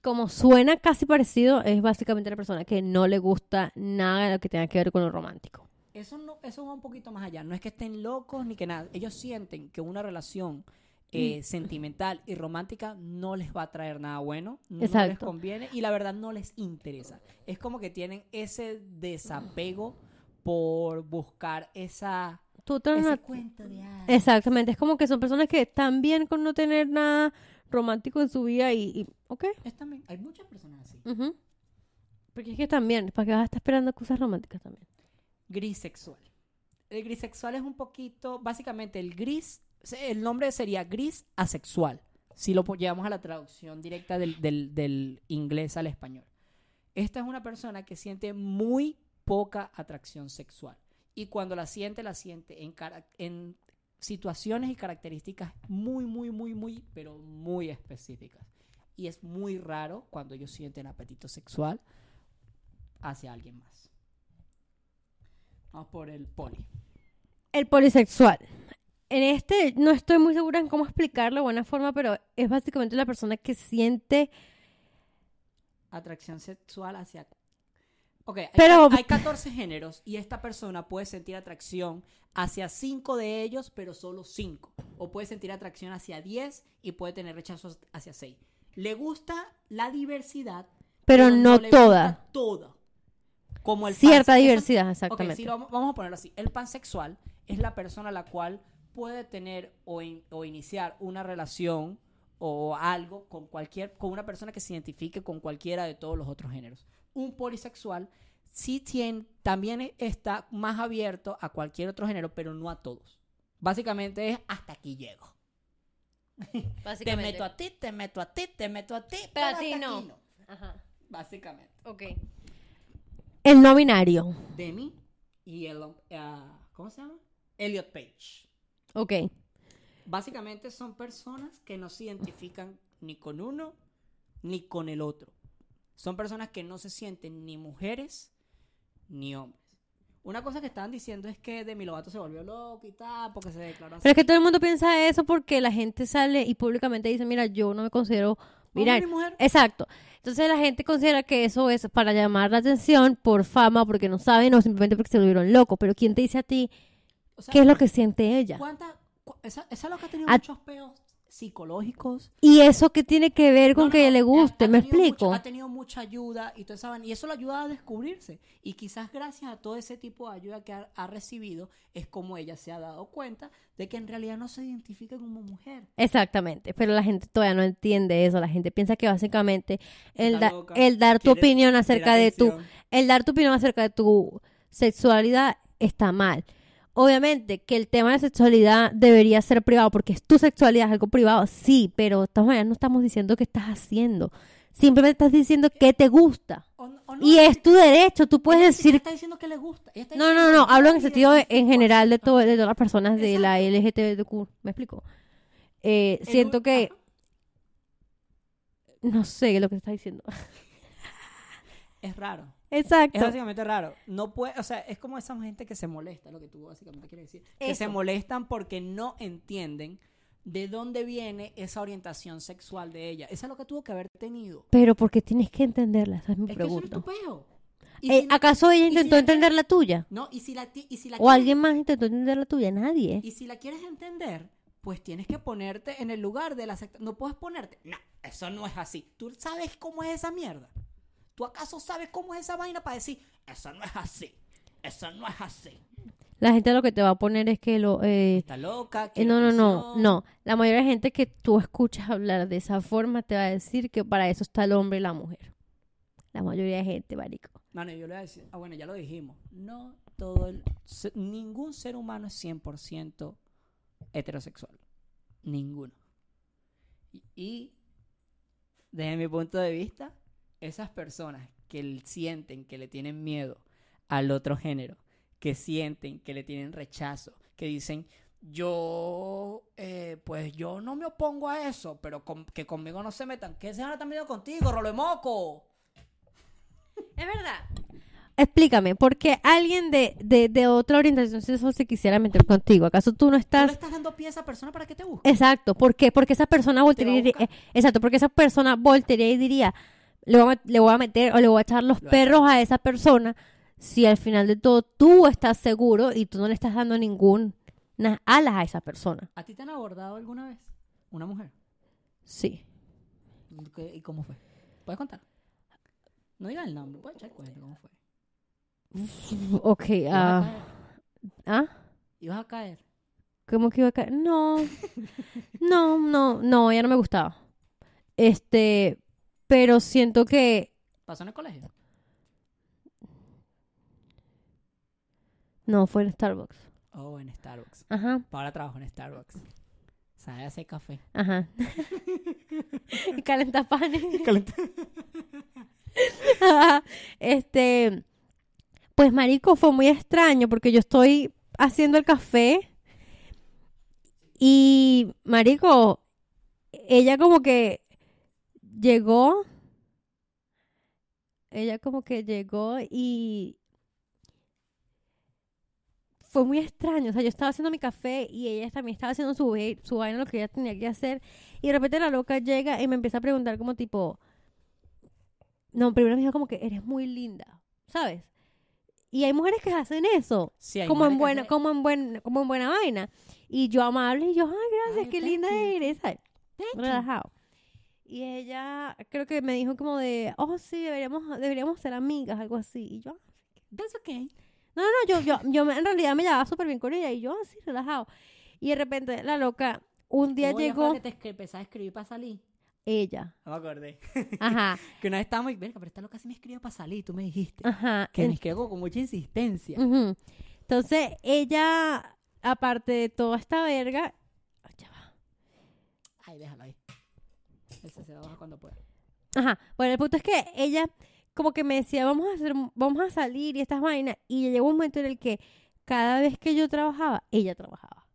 S2: como suena casi parecido, es básicamente la persona que no le gusta nada de lo que tenga que ver con lo romántico.
S1: Eso, no, eso va un poquito más allá. No es que estén locos ni que nada. Ellos sienten que una relación eh, sentimental y romántica no les va a traer nada bueno, no les
S2: Exacto.
S1: conviene y la verdad no les interesa. Es como que tienen ese desapego por buscar esa,
S2: Tú te
S1: ese
S2: una-
S1: cuento de hadas.
S2: Exactamente, es como que son personas que están bien con no tener nada romántico en su vida y, y- ok.
S1: Es también- hay muchas personas así.
S2: ujú. Porque es que también, ¿para qué vas a estar esperando cosas románticas también?
S1: Gris sexual. El gris sexual es un poquito, básicamente el gris, se- el nombre sería gris asexual, si lo po- llevamos a la traducción directa del, del- del inglés al español. Esta es una persona que siente muy poca atracción sexual y cuando la siente, la siente en, cara- en situaciones y características muy, muy, muy, muy, pero muy específicas. Y es muy raro cuando ellos sienten apetito sexual hacia alguien más. Vamos por el poli.
S2: El polisexual. En este no estoy muy segura en cómo explicarlo de buena forma, pero es básicamente la persona que siente
S1: Atracción sexual hacia... Ok, hay,
S2: Pero-
S1: hay 14 géneros y esta persona puede sentir atracción hacia 5 de ellos, pero solo 5. O puede sentir atracción hacia 10 y puede tener rechazos hacia 6. Le gusta la diversidad.
S2: Pero no
S1: le gusta
S2: toda.
S1: Toda. Como el
S2: cierta
S1: panse- eso-
S2: diversidad,
S1: Ok,
S2: exactamente.
S1: sí, lo vamos, vamos a ponerlo así. El pansexual es la persona la cual puede tener o, in- o iniciar una relación o algo con cualquier con una persona que se identifique con cualquiera de todos los otros géneros. Un polisexual sí tien- también e- está más abierto a cualquier otro género, pero no a todos. Básicamente es hasta aquí llego. Te meto a ti, te meto a ti, te meto a ti, pero,
S2: a ti
S1: hasta
S2: no.
S1: aquí Básicamente.
S2: El no binario.
S1: Demi y el ah, ¿cómo se llama? Elliot Page.
S2: Ok.
S1: Básicamente son personas que no se identifican ni con uno ni con el otro. Son personas que no se sienten ni mujeres ni hombres. Una cosa que estaban diciendo es que Demi Lovato se volvió loca y tal, porque se declaró así.
S2: Pero es que todo el mundo piensa eso porque la gente sale y públicamente dice, mira, yo no me considero
S1: Hombre
S2: binario.
S1: ni mujer.
S2: Exacto. Entonces la gente considera que eso es para llamar la atención por fama, porque no saben o simplemente porque se volvieron locos. Pero ¿quién te dice a ti
S1: O sea,
S2: qué es lo que siente ella?
S1: ¿cuánta- cu- esa, esa loca ha tenido
S2: A-
S1: muchos peos psicológicos.
S2: ¿Y eso qué tiene que ver con
S1: No, no,
S2: que
S1: no,
S2: le
S1: ha-
S2: guste?
S1: ha
S2: ¿Me
S1: tenido mucha-
S2: explico?
S1: ha tenido mucha ayuda y toda esa vaina, y eso lo ayuda a descubrirse. Y quizás gracias a todo ese tipo de ayuda que ha, ha recibido, es como ella se ha dado cuenta de que en realidad no se identifica como mujer.
S2: Exactamente, pero la gente todavía no entiende eso. La gente piensa que básicamente el,
S1: Está
S2: da-
S1: loca.
S2: el dar tu
S1: Quiere-
S2: opinión
S1: quiere
S2: acerca de tu,
S1: atención.
S2: el dar tu opinión acerca de tu sexualidad está mal. Obviamente que el tema de sexualidad debería ser privado porque es tu sexualidad, es algo privado, sí, pero de todas maneras no estamos diciendo qué estás haciendo. Simplemente estás diciendo que te gusta.
S1: O no- o no,
S2: Y
S1: ella
S2: es tu derecho, tú puedes
S1: ni siquiera
S2: decir...
S1: está diciendo que le gusta. ella está
S2: No,
S1: diciendo
S2: no,
S1: que
S2: no,
S1: le
S2: hablo en el
S1: gusta y
S2: sentido
S1: ella-
S2: en general de, todo, de todas las personas de la
S1: Exacto.
S2: LGTBQ, ¿me explico? Eh,
S1: El-
S2: siento que...
S1: ajá.
S2: No sé lo que está diciendo.
S1: Es raro. Es
S2: Exacto.
S1: básicamente raro. No puede, o sea, es como esa gente que se molesta, lo que tú básicamente quieres decir. Que se
S2: Eso.
S1: molestan porque no entienden de dónde viene esa orientación sexual de ella. Esa es lo que tuvo que haber tenido.
S2: Pero porque tienes que entenderla, esa es mi
S1: Es que eso es
S2: pregunta.
S1: tu peo. Y
S2: Eh,
S1: si no-
S2: ¿Acaso ella
S1: y si
S2: intentó
S1: la-
S2: entender la tuya?
S1: No, y si la, ti- y si la
S2: ¿O
S1: quieres-
S2: alguien más intentó entender la tuya? Nadie.
S1: Y si la quieres entender, pues tienes que ponerte en el lugar de la secta. No puedes ponerte. No, eso no es así. Tú sabes cómo es esa mierda. ¿Tú acaso sabes cómo es esa vaina para decir, eso no es así? Eso no es así.
S2: La gente lo que te va a poner es que lo... eh,
S1: Está loca.
S2: eh,
S1: quiere
S2: no, no, no,
S1: atención.
S2: no. La mayoría de gente que tú escuchas hablar de esa forma te va a decir que para eso está el hombre y la mujer. La mayoría de gente, marico.
S1: Mano, yo le voy a decir, ah, bueno, ya lo dijimos. No todo el. se- ningún ser humano es 100% heterosexual. Ninguno. Y, y desde mi punto de vista, esas personas que l- sienten que le tienen miedo al otro género, que sienten que le tienen rechazo, que dicen, yo, eh, pues yo no me opongo a eso, pero con- que conmigo no se metan. ¿Qué se van a estar metiendo contigo, Rolo de Moco?
S2: Es verdad. Explícame, ¿por qué alguien de, de, de otra orientación sexual se quisiera meter contigo? ¿Acaso tú no
S1: Tú le
S2: estás
S1: estás dando pie a esa persona para que te busque.
S2: Exacto, ¿por qué? Porque esa persona
S1: va a
S2: voltearía, y dir-
S1: buscar.
S2: eh, exacto, porque esa persona voltearía y diría, le voy a, met- le voy a meter o le voy a echar los
S1: Le voy a
S2: perros a esa persona si al final de todo tú estás seguro y tú no le estás dando ningún unas alas a esa persona.
S1: ¿A ti te han abordado alguna vez una mujer?
S2: Sí.
S1: ¿Qué- ¿Y cómo fue? ¿Puedes contar? No digas el nombre, puedes echar cuenta cómo fue.
S2: Ok,
S1: ¿Ibas,
S2: ah,
S1: a caer?
S2: ¿ah?
S1: ¿Ibas a caer?
S2: ¿Cómo que iba a caer? No, no, no, no, ella no me gustaba. Este, pero siento que,
S1: ¿Pasó en el colegio?
S2: no, fue en Starbucks.
S1: Oh, en Starbucks.
S2: Ajá,
S1: Ahora trabajo en Starbucks. Sabe hacer café.
S2: ajá. y calenta panes.
S1: Calentar.
S2: este, pues marico, fue muy extraño porque yo estoy haciendo el café y marico, ella como que llegó, ella como que llegó y fue muy extraño, o sea, yo estaba haciendo mi café y ella también estaba haciendo su, vai- su vaina, lo que ella tenía que hacer y de repente la loca llega y me empieza a preguntar como tipo, no, primero me dijo como que eres muy linda, ¿sabes? Y hay mujeres que hacen eso,
S1: Sí, hay
S2: como en
S1: mujeres
S2: buena,
S1: que hacen-
S2: como en buen, como en buena vaina. Y yo amable y yo, ay, gracias,
S1: Ay,
S2: qué
S1: thank
S2: linda
S1: you.
S2: eres, ¿sabes?
S1: Thank you.
S2: Relajado. Y ella creo que me dijo como de, oh sí, deberíamos, deberíamos ser amigas, algo así. Y yo, "Ah,
S1: That's okay.
S2: no, no, yo, yo, yo me- en realidad me llevaba súper bien con ella y yo así, relajado. Y de repente la loca, un día
S1: Hubo
S2: llegó
S1: fue la que te escri- empezaba a escribir para salir.
S2: ella.
S1: No me acordé.
S2: Ajá,
S1: Que una vez estábamos y, verga, pero esta loca sí me escribió para salir, tú me dijiste.
S2: ajá.
S1: Que
S2: En-
S1: me escribió con mucha insistencia.
S2: Ujú. Entonces, ella, aparte de toda esta verga, Ay, ya va.
S1: Ay, déjalo ahí. Eso se va a bajar cuando pueda.
S2: ajá, bueno, el punto es que ella como que me decía, vamos a hacer, vamos a salir y estas vainas, y llegó un momento en el que cada vez que yo trabajaba, ella trabajaba.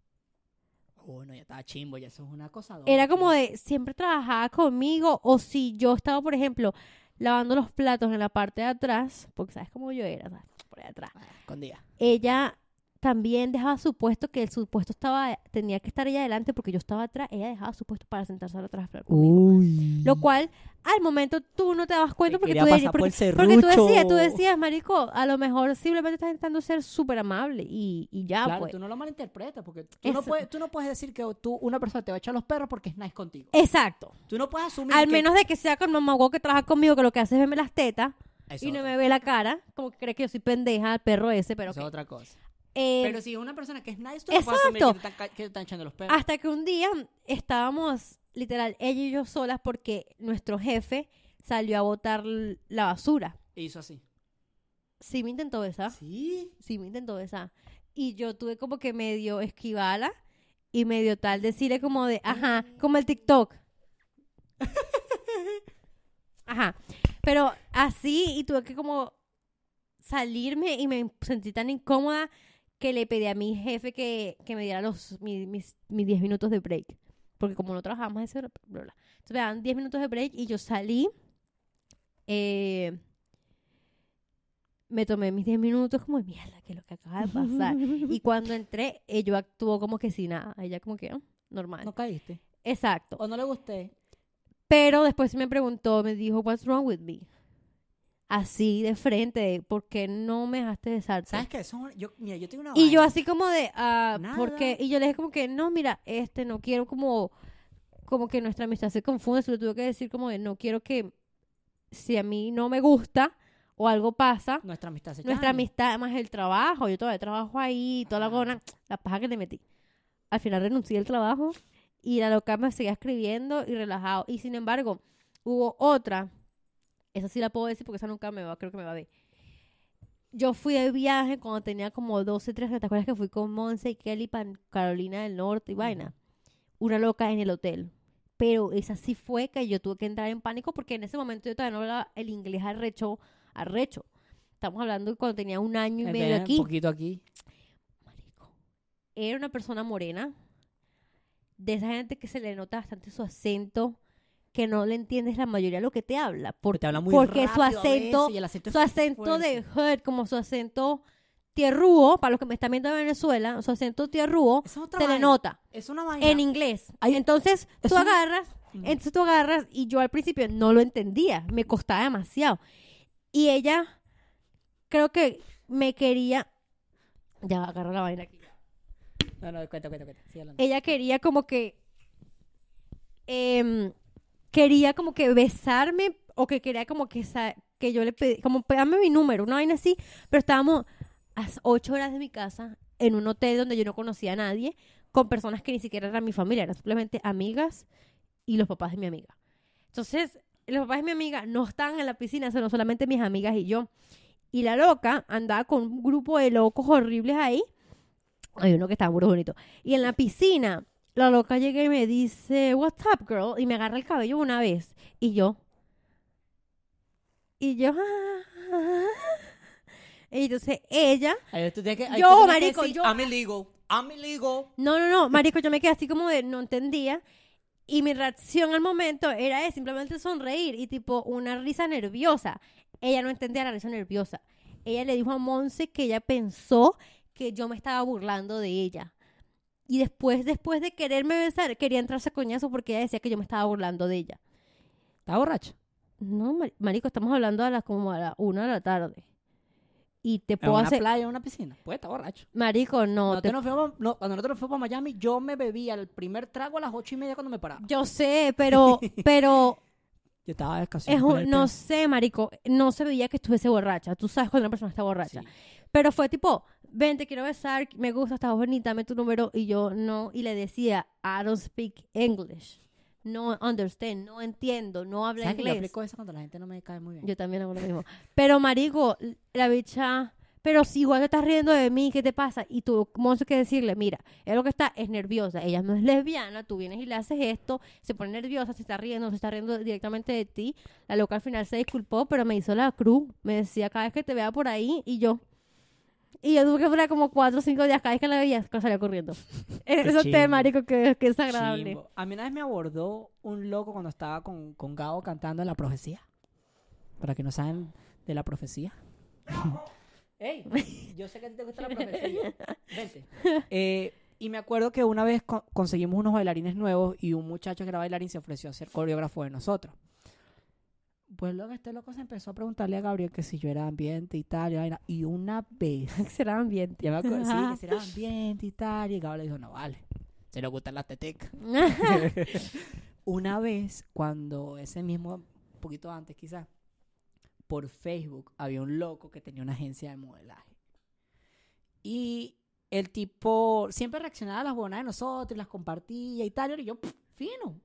S1: Oh, no, ya estaba chimbo, ya eso es una cosa.
S2: Era como de, siempre trabajaba conmigo, o si yo estaba, por ejemplo, lavando los platos en la parte de atrás, porque sabes cómo yo era, ¿sabes? por ahí atrás.
S1: Ah, escondida.
S2: ella también dejaba su puesto, que el su puesto estaba, tenía que estar ella adelante porque yo estaba atrás, ella dejaba su puesto para sentarse al atrás a hablar conmigo.
S1: Uy.
S2: Lo cual, al momento, tú no te dabas cuenta porque
S1: quería
S2: tú,
S1: pasar
S2: decías,
S1: por
S2: porque,
S1: el
S2: porque tú decías, tú
S1: serrucho.
S2: decías, marico, a lo mejor simplemente estás intentando ser súper amable y, y ya,
S1: Claro,
S2: pues.
S1: tú no lo malinterpretas porque tú no,
S2: Eso.
S1: puedes, tú no puedes decir que tú, una persona te va a echar los perros porque es nice contigo.
S2: Exacá.
S1: Tú no puedes asumir
S2: Al
S1: que-
S2: menos de que sea con mamá huevo que trabaja conmigo, que lo que hace es verme las tetas
S1: Eso
S2: y
S1: es
S2: no
S1: otra-
S2: me ve la cara, como que cree que yo soy pendeja al perro ese, pero...
S1: eso es
S2: ok.
S1: otra cosa.
S2: Eh,
S1: Pero si es una persona que es nice, tú no puedes asumir que
S2: Exacto. Ah.
S1: te están, ca- que te están echando los perros.
S2: Hasta que un día estábamos, literal, ella y yo solas porque nuestro jefe salió a botar l- la basura.
S1: E hizo así.
S2: Sí me intentó besar,
S1: Sí.
S2: sí me intentó besar. Y yo tuve como que medio esquivarla y medio tal decirle como de, ajá, como el TikTok. Ajá. Pero así, y tuve que como salirme y me sentí tan incómoda que le pedí a mi jefe que, que me diera los, mi- mis, mis 10 minutos de break. Porque como no trabajamos ese, bla, bla, bla. Entonces me dan 10 minutos de break y yo salí. eh, me tomé mis 10 minutos como, mierda, que es lo que acaba de pasar. y cuando entré, eh, yo actuó como que sin nada. Ella como que, "Ah, normal.
S1: No caíste.
S2: Exacto.
S1: O no le gusté.
S2: Pero después me preguntó, me dijo, what's wrong with me? Así de frente, ¿por qué no me dejaste besarte?
S1: ¿Sabes qué? Eso es una- yo, mira, yo tengo una
S2: Y yo
S1: vaina.
S2: así como de, ah,
S1: Nada.
S2: porque, y yo le dije como que, no, mira, este, no quiero como, como que nuestra amistad se confunde, se lo tuve que decir como de, no quiero que, si a mí no me gusta o algo pasa,
S1: Nuestra amistad se
S2: nuestra
S1: llama.
S2: amistad más el trabajo, yo todavía trabajo ahí, toda la
S1: Ah.
S2: gona, la paja que le metí. Al final renuncié al trabajo y la loca me seguía escribiendo y relajado. Y sin embargo, hubo otra, esa sí la puedo decir porque esa nunca me va, creo que me va a ver. Yo fui de viaje cuando tenía como 12, 13, ¿te acuerdas que fui con Monse y Kelly para Carolina del Norte y vaina? Una loca en el hotel. Pero esa sí fue que yo tuve que entrar en pánico porque en ese momento yo todavía no hablaba el inglés arrecho, arrecho. Estamos hablando de cuando tenía un año y
S1: Eh,
S2: medio
S1: ven,
S2: aquí.
S1: Un poquito aquí.
S2: Marico. Era una persona morena, de esa gente que se le nota bastante su acento, que no le entiendes la mayoría de lo que te habla. Por,
S1: Porque te habla muy
S2: porque
S1: rápido a
S2: su acento,
S1: veces y el acento es
S2: su acento de hood, como su acento tierrúo, para los que me están viendo de Venezuela, su acento tierrúo,
S1: Esa es otra
S2: se le
S1: vaina.
S2: nota
S1: Es una vaina.
S2: en inglés.
S1: Ay,
S2: entonces tú
S1: eso- Mm.
S2: agarras,
S1: Ujú.
S2: entonces tú agarras y yo al principio no lo entendía, me costaba demasiado. Y ella creo que me quería ya agarra la vaina aquí.
S1: No, no, cuenta, cuenta, cuenta. Sigue hablando.
S2: Ella quería como que em, quería como que besarme o que quería como que sa- que yo le pedí como pegame mi número, una vaina así, pero estábamos a s- ocho horas de mi casa en un hotel donde yo no conocía a nadie, con personas que ni siquiera eran mi familia, eran simplemente amigas y los papás de mi amiga. Entonces, los papás de mi amiga no estaban en la piscina, sino solamente mis amigas y yo. Y la loca andaba con un grupo de locos horribles ahí. Hay uno que estaba muy bonito. Y en la piscina, la loca llega y me dice, What's up, girl? Y me agarra el cabello una vez. Y yo. Y yo. "Ah". Y entonces ella
S1: Ahí tú tienes que, ahí
S2: Yo,
S1: tú tienes que
S2: marico,
S1: decir,
S2: yo-
S1: I'm illegal. I'm illegal.
S2: No, no, no, marico, yo me quedé así como de no entendía. Y mi reacción al momento era de simplemente sonreír y tipo una risa nerviosa. Ella no entendía la risa nerviosa. Ella le dijo a Monse que ella pensó que yo me estaba burlando de ella. Y después, después de quererme besar, quería entrarse a coñazo porque ella decía que yo me estaba burlando de ella.
S1: Está borracho.
S2: No, mari- marico, estamos hablando a las como a la una de la tarde. Y te
S1: En
S2: puedo
S1: una
S2: hacer...
S1: playa, en una piscina. Pues está borracho.
S2: Marico, no,
S1: Nosotros
S2: te
S1: nos fuimos- no, cuando nosotros nos fuimos a Miami, yo me bebía el primer trago a las ocho y media cuando me paraba.
S2: Yo sé, pero, pero
S1: Yo estaba de
S2: Es
S1: vacaciones
S2: un-
S1: con el
S2: no
S1: pez.
S2: sé, marico, no se veía que estuviese borracha. Tú sabes cuando una persona está borracha.
S1: Sí.
S2: Pero fue tipo, ven, te quiero besar, me gusta, estás bonita, dame tu número. Y yo no, y le decía, I don't speak English. No understand, no entiendo, no habla
S1: ¿Sabes que yo
S2: inglés.
S1: aplico eso cuando la gente no me cae muy bien?
S2: Yo también hago lo mismo. Pero, marico, la bicha... Pero si igual te estás riendo de mí, ¿qué te pasa? Y tú, Monzo, que decirle, mira, ella lo que está es nerviosa. Ella no es lesbiana, tú vienes y le haces esto, se pone nerviosa, se está riendo, se está riendo directamente de ti. La loca al final se disculpó, pero me hizo la cruz. Me decía, cada vez que te vea por ahí, y yo... Y yo tuve que durar como cuatro o cinco días cada vez que la veía, salía corriendo. Eso te,
S1: chimbo.
S2: marico, que, que es agradable.
S1: Chimbo. A mí una vez me abordó un loco cuando estaba con, con Gabo cantando en La Profecía. Para que no saben de La Profecía. ¡Ey! Yo sé que a ti te gusta La Profecía. Vente. Eh, y me acuerdo que una vez co- conseguimos unos bailarines nuevos y un muchacho que era bailarín se ofreció a ser coreógrafo de nosotros. Pues luego este loco se empezó a preguntarle a Gabriel que si yo era ambiente y tal. y vaina. Y una vez
S2: Será ambiente.
S1: ya me acuerdo, sí, que será ambiente y tal. Y Gabo le dijo, no vale, se le gustan las tetecas. Una vez, cuando ese mismo, un poquito antes quizás, por Facebook había un loco que tenía una agencia de modelaje. Y el tipo siempre reaccionaba a las buenas de nosotros, y las compartía y tal. Y yo, "Pff, fino,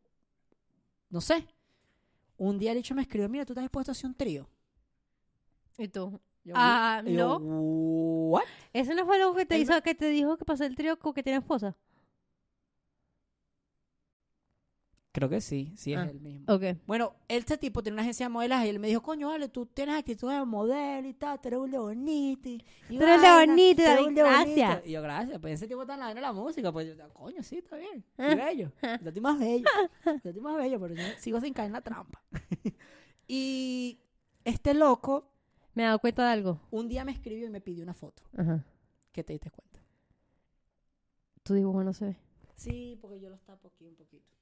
S1: no sé. Un día el hecho me escribió, mira, tú estás dispuesto a hacer un trío.
S2: y tú,
S1: Yo,
S2: ah,
S1: y yo,
S2: no.
S1: "What?".
S2: ¿Ese no fue lo que te
S1: Él
S2: hizo, que te dijo que pasó el trío con que tiene esposa?
S1: Creo que sí, sí
S2: Ah,
S1: es el mismo.
S2: Ok.
S1: Bueno, este tipo tiene una agencia de modelaje y él me dijo, coño, vale, tú tienes actitud de modelo y tal, tú eres un leonito. y- y
S2: Tú eres
S1: vaina,
S2: leonito,
S1: tú eres
S2: David,
S1: un leonito".
S2: gracias.
S1: Y yo, gracias, pues ese tipo está en la vaina de la música, pues yo, coño, sí, está bien,
S2: Ah.
S1: estoy bello, yo estoy más bello, yo estoy más bello, pero yo sigo sin caer en la trampa. y este loco
S2: Me he dado cuenta de algo.
S1: un día me escribió y me pidió una foto,
S2: Ajá.
S1: que te diste cuenta.
S2: Tu dibujo no se ve.
S1: Sí, porque yo los tapo aquí un poquito.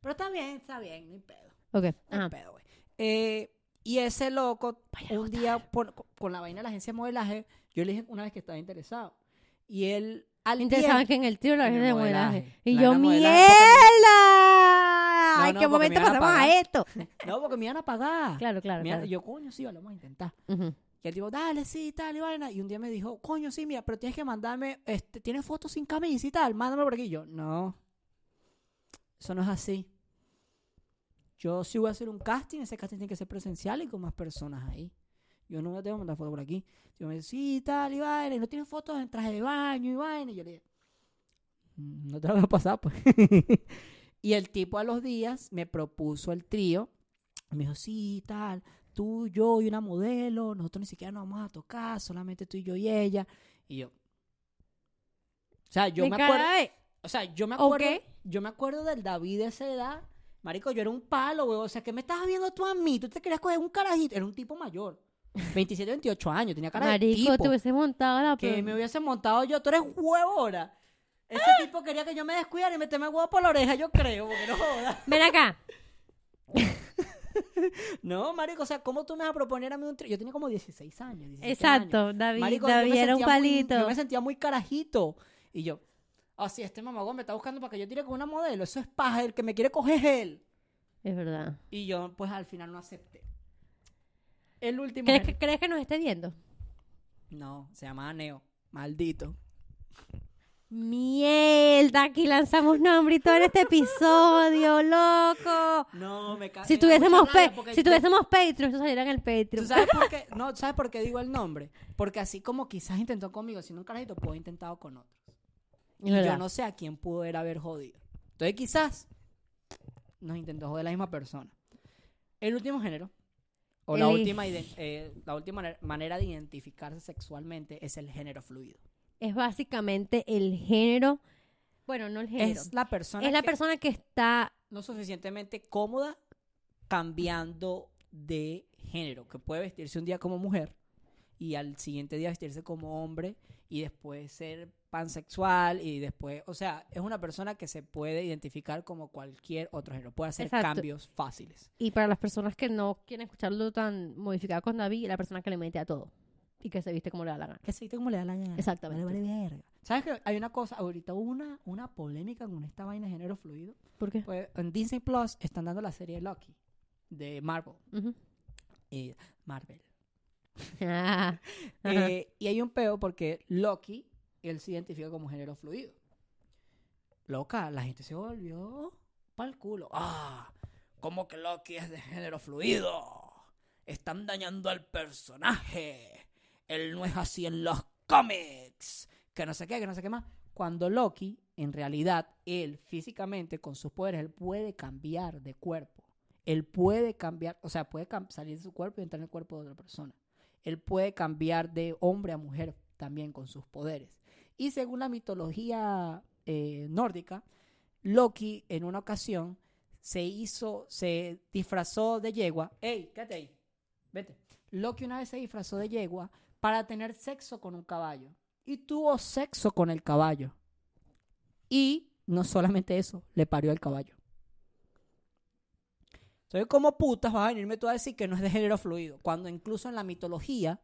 S1: Pero está bien, está bien, no hay pedo.
S2: Ah, Ok.
S1: no hay
S2: Ajá.
S1: pedo, güey. Eh, y ese loco,
S2: Vaya a
S1: un día, por- con la vaina de la agencia de modelaje, yo le dije una vez que estaba interesado. Y él, al
S2: Interesaba
S1: tiempo-
S2: que en el tiro la
S1: en el
S2: gente de
S1: modelaje.
S2: modelaje. Y
S1: La
S2: yo,
S1: era
S2: ¡mierda!
S1: modelaje, No,
S2: ¡Ay,
S1: no,
S2: qué
S1: porque me
S2: momento
S1: iban a
S2: pasamos a
S1: pagar.
S2: esto!
S1: No, porque me iban a pagar.
S2: Claro, claro,
S1: Me iban-
S2: claro.
S1: Yo, coño, sí, lo vamos a intentar.
S2: Ujú.
S1: Y él dijo, dale, sí, tal, y vaina. Y un día me dijo, coño, sí, mira, pero tienes que mandarme, este, tienes fotos sin camisa y tal, mándame por aquí. Y yo, no, eso no es así. Yo sí voy a hacer un casting, ese casting tiene que ser presencial y con más personas ahí. Yo no tengo que mandar fotos por aquí. Yo me dice, sí, tal, y vaina, y no tienes fotos en traje de baño y vaina. Y yo le dije, "Mm, no te lo voy a pasar, pues. y el tipo a los días me propuso el trío. Me dijo, sí, tal, tú, yo y una modelo, nosotros ni siquiera nos vamos a tocar, solamente tú y yo y ella. Y yo. O sea, yo
S2: Me
S1: me, acuerdo.
S2: cae.
S1: O sea, yo me acuerdo.
S2: Ok.
S1: Yo me acuerdo del David de esa edad. Marico, yo era un palo, weón. O sea, ¿qué me estabas viendo tú a mí? Tú te querías coger un carajito. Era un tipo mayor. 27, 28 años. Tenía cara de
S2: Marico,
S1: tipo.
S2: te hubiese montado la
S1: Que
S2: pro-
S1: me hubiese montado yo. Tú eres huevona. Ese
S2: ¡Ah!
S1: tipo quería que yo me descuidara y meterme huevo por la oreja, yo creo, porque no jodas.
S2: Ven acá.
S1: No, marico, o sea, ¿cómo tú me vas a proponer a mí un trío? Yo tenía como 16 años. 17 años.
S2: Exacto, David.
S1: Marico, yo
S2: David
S1: me
S2: era un
S1: sentía muy-
S2: palito.
S1: yo me sentía muy carajito. Y yo, así, este mamagón me está buscando para que yo tire con una modelo. Eso es paja, el que me quiere coger es él.
S2: Es verdad.
S1: Y yo, pues al final no acepté. El último.
S2: ¿Crees que,
S1: género-
S2: crees que nos esté viendo?
S1: No, se llamaba Neo. Maldito.
S2: Mierda, aquí lanzamos nombre y todo en este episodio, loco.
S1: Ah, No, me cago.
S2: Si tuviésemos, pe- si tuviésemos Patreon, esto saliera en el
S1: ¿Tú
S2: Patreon.
S1: sabes por qué? No, ¿sabes por qué digo el nombre? Porque así como quizás intentó conmigo, si un carajito, puede haber intentado con otros.
S2: Es
S1: Y
S2: verdad.
S1: yo no sé a quién pudo era haber jodido. Entonces quizás nos intentó joder la misma persona. El último género, o la
S2: El-
S1: última, iden- eh, la última maner- manera de identificarse sexualmente es el género fluido.
S2: Es básicamente el género. Bueno, no el género.
S1: Es la persona
S2: Es la
S1: que
S2: persona que está
S1: no suficientemente cómoda cambiando de género, que puede vestirse un día como mujer y al siguiente día vestirse como hombre y después ser pansexual y después, o sea, es una persona que se puede identificar como cualquier otro género, puede hacer
S2: Exacto.
S1: cambios fáciles.
S2: Y para las personas que no quieren escucharlo tan modificado con David, la persona que le mete a todo y que se viste como le da la gana.
S1: Que se viste como le da la gana.
S2: Exactamente.
S1: Vale, vale, verga. ¿Sabes que hay una cosa? Ahorita hubo una, una polémica con esta vaina de género fluido.
S2: ¿Por qué?
S1: Pues en Disney Plus están dando la serie Loki de Marvel.
S2: Ujú.
S1: Y Marvel.
S2: Ah, ajá.
S1: Eh, y hay un peo porque Loki, él se identifica como género fluido. Loca, la gente se volvió pa'l culo. ¡Ah! ¿Cómo que Loki es de género fluido? Están dañando al personaje. Él no es así en los cómics. Que no sé qué, que no sé qué más. Cuando Loki, en realidad, él físicamente, con sus poderes, él puede cambiar de cuerpo. Él puede cambiar, o sea, puede cam- salir de su cuerpo y entrar en el cuerpo de otra persona él puede cambiar de hombre a mujer también con sus poderes. Y según la mitología eh, nórdica, Loki en una ocasión se hizo, se disfrazó de yegua. ¡Ey, quédate ahí! Vete. Loki una vez se disfrazó de yegua para tener sexo con un caballo. Y tuvo sexo con el caballo. Y no solamente eso, le parió al caballo. Entonces, ¿cómo putas vas a venirme tú a decir que no es de género fluido? Cuando incluso en la mitología,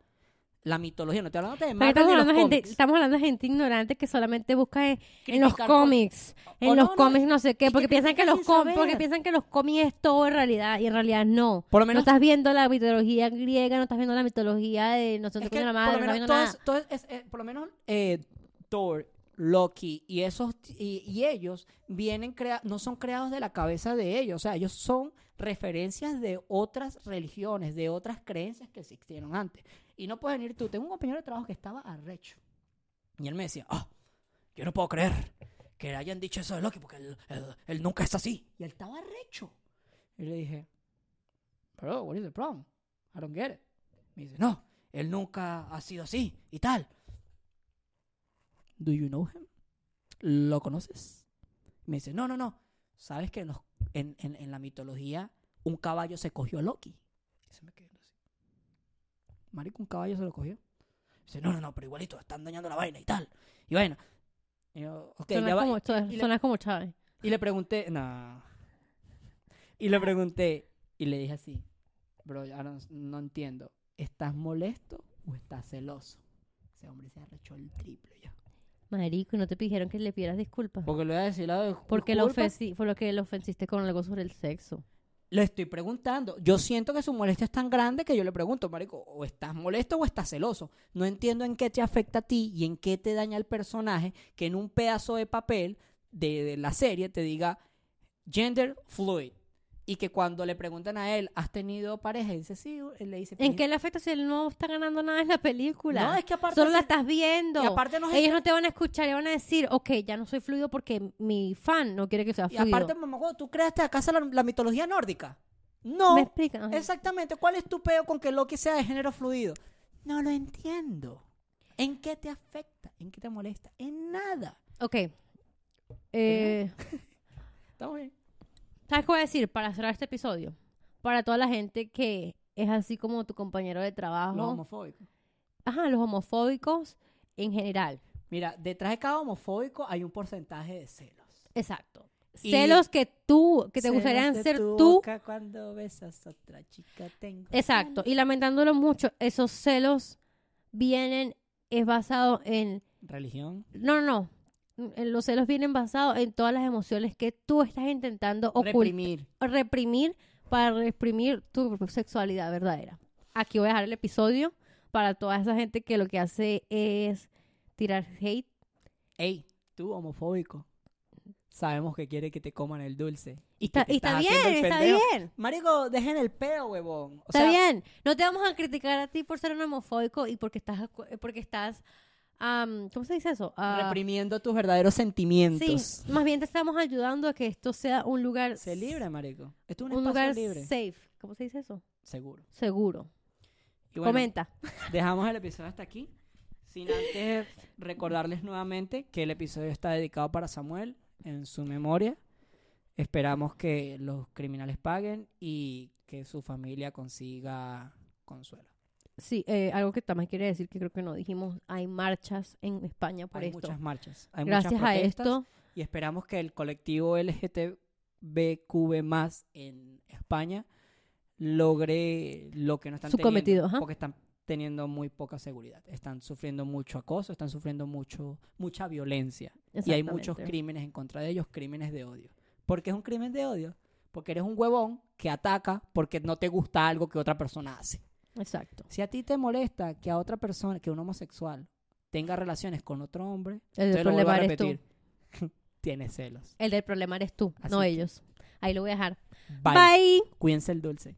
S1: la mitología, no estoy hablando de
S2: Porque
S1: Marvel
S2: estamos,
S1: ni de
S2: hablando
S1: los
S2: de gente,
S1: cómics.
S2: estamos hablando de gente ignorante que solamente busca en, en los
S1: Criticar por-
S2: cómics, en
S1: O
S2: los
S1: no, no,
S2: cómics no sé
S1: y
S2: qué,
S1: que
S2: porque piensan que
S1: critican
S2: los
S1: sin
S2: com- porque
S1: saber.
S2: piensan que los cómics es todo en realidad y en realidad no.
S1: Por lo
S2: no
S1: menos
S2: estás viendo la mitología griega, no estás viendo la mitología de no sé
S1: Es
S2: qué
S1: que,
S2: coño la
S1: por
S2: madre, no
S1: lo menos,
S2: estás viendo
S1: todo
S2: nada.
S1: es- todo es- es- eh, por lo menos, eh, Thor, Loki y esos y, y ellos vienen crea- no son creados de la cabeza de ellos, o sea, ellos son referencias de otras religiones, de otras creencias que existieron antes. Y no puedes venir tú. Tengo un compañero de trabajo que estaba arrecho. Y él me decía, "Ah, yo no puedo creer que le hayan dicho eso de Loki porque él, él- él nunca es así. Y él estaba recho. Y le dije, bro, what is the problem? I don't get it. Me dice, no, él nunca ha sido así y tal. Do you know him? ¿Lo conoces? Me dice, no, no, no. ¿Sabes que nos- en, en- en la mitología un caballo se cogió a Loki? Y se me quedó así. Marico, un caballo se lo cogió. Dice, no, no, no, pero igualito, están dañando la vaina y tal. Y bueno. Y yo, ok,
S2: Suena
S1: ya va.
S2: como, suena-
S1: y le-
S2: suena como Chávez.
S1: Y le pregunté, no. Y le pregunté, y le dije así, bro, ahora no, no entiendo, ¿estás molesto o estás celoso? Ese hombre se arrechó el triple ya.
S2: Marico, ¿y no te pidieron que le pidieras disculpas?
S1: Porque le voy a decir la disculpa.
S2: Porque lo ofensi- fue lo que lo ofensiste con algo sobre el sexo.
S1: Le estoy preguntando. Yo siento que su molestia es tan grande que yo le pregunto, marico, o estás molesto o estás celoso. No entiendo en qué te afecta a ti y en qué te daña el personaje que en un pedazo de papel de, de la serie te diga gender fluid. Y que cuando le preguntan a él, ¿has tenido pareja? Y dice, sí, él le dice,
S2: ¿En qué le afecta si él no está ganando nada en la película?
S1: No, es que aparte
S2: Solo la
S1: se-
S2: estás viendo.
S1: Y aparte no es-
S2: Ellos no te van a escuchar y van a decir, ok, ya no soy fluido porque mi fan no quiere que sea
S1: Y
S2: fluido.
S1: aparte, mamá, huevo, tú creaste acaso la, la mitología nórdica. No.
S2: ¿Me explica? Ajá.
S1: Exactamente. ¿Cuál es tu peo con que Loki sea de género fluido? No lo entiendo. ¿En qué te afecta? ¿En qué te molesta? En nada.
S2: Ok. Eh,
S1: Estamos bien.
S2: ¿Sabes qué voy a decir para cerrar este episodio? Para toda la gente que es así como tu compañero de trabajo.
S1: Los homofóbicos.
S2: Ajá, los homofóbicos en general.
S1: Mira, detrás de cada homofóbico hay un porcentaje de celos.
S2: Exacto.
S1: Y-
S2: Celos que tú, que te
S1: Celos
S2: gustarían
S1: de
S2: ser
S1: tu
S2: tú.
S1: boca Cuando besas a otra chica, tengo.
S2: Exacto. Y lamentándolo mucho, esos celos vienen, es basado en
S1: Religión.
S2: No, no, no. En- Los celos vienen basados en todas las emociones que tú estás intentando ocult-
S1: Reprimir.
S2: reprimir para reprimir tu sexualidad verdadera. Aquí voy a dejar el episodio para toda esa gente que lo que hace es tirar hate.
S1: Ey, tú homofóbico. Sabemos que quiere que te coman el dulce. Y que
S2: Está,
S1: te
S2: y está
S1: estás haciendo
S2: bien,
S1: el
S2: está
S1: pendejo.
S2: bien.
S1: Marico, dejen el peo, huevón. O
S2: Está
S1: sea,
S2: bien. No te vamos a criticar a ti por ser un homofóbico y porque estás acu- eh, porque estás am, ¿cómo se dice eso? Ah,
S1: reprimiendo tus verdaderos
S2: sí,
S1: sentimientos.
S2: más bien te estamos ayudando a que esto sea un lugar
S1: Se libre, marico. Esto es un,
S2: un
S1: espacio
S2: lugar
S1: libre.
S2: safe. ¿Cómo se dice eso?
S1: Seguro.
S2: Seguro.
S1: Y bueno,
S2: Comenta.
S1: dejamos el episodio hasta aquí. Sin antes recordarles nuevamente que el episodio está dedicado para Samuel en su memoria. Esperamos que los criminales paguen y que su familia consiga consuelo.
S2: Sí, eh, algo que también quiere decir que creo que no dijimos, hay marchas en España por
S1: hay
S2: esto.
S1: muchas marchas. Hay
S2: Gracias
S1: muchas
S2: a
S1: protestas.
S2: esto,
S1: y esperamos que el colectivo LGTBQ más en España logre lo que no están
S2: Su
S1: teniendo,
S2: cometido, ajá.
S1: porque están teniendo muy poca seguridad, están sufriendo mucho acoso, están sufriendo mucho mucha violencia y hay muchos
S2: Exactamente.
S1: crímenes en contra de ellos, crímenes de odio. ¿Por qué es un crimen de odio? Porque eres un huevón que ataca porque no te gusta algo que otra persona hace.
S2: Exacto.
S1: Si a ti te molesta que a otra persona, que un homosexual tenga relaciones con otro hombre,
S2: El del
S1: te lo vuelvo
S2: problema
S1: a
S2: eres tú.
S1: repetir. Tienes celos.
S2: El del problema eres tú,
S1: Así
S2: no
S1: que-
S2: ellos. Ahí lo voy a dejar.
S1: Bye.
S2: Bye.
S1: Cuídense el dulce.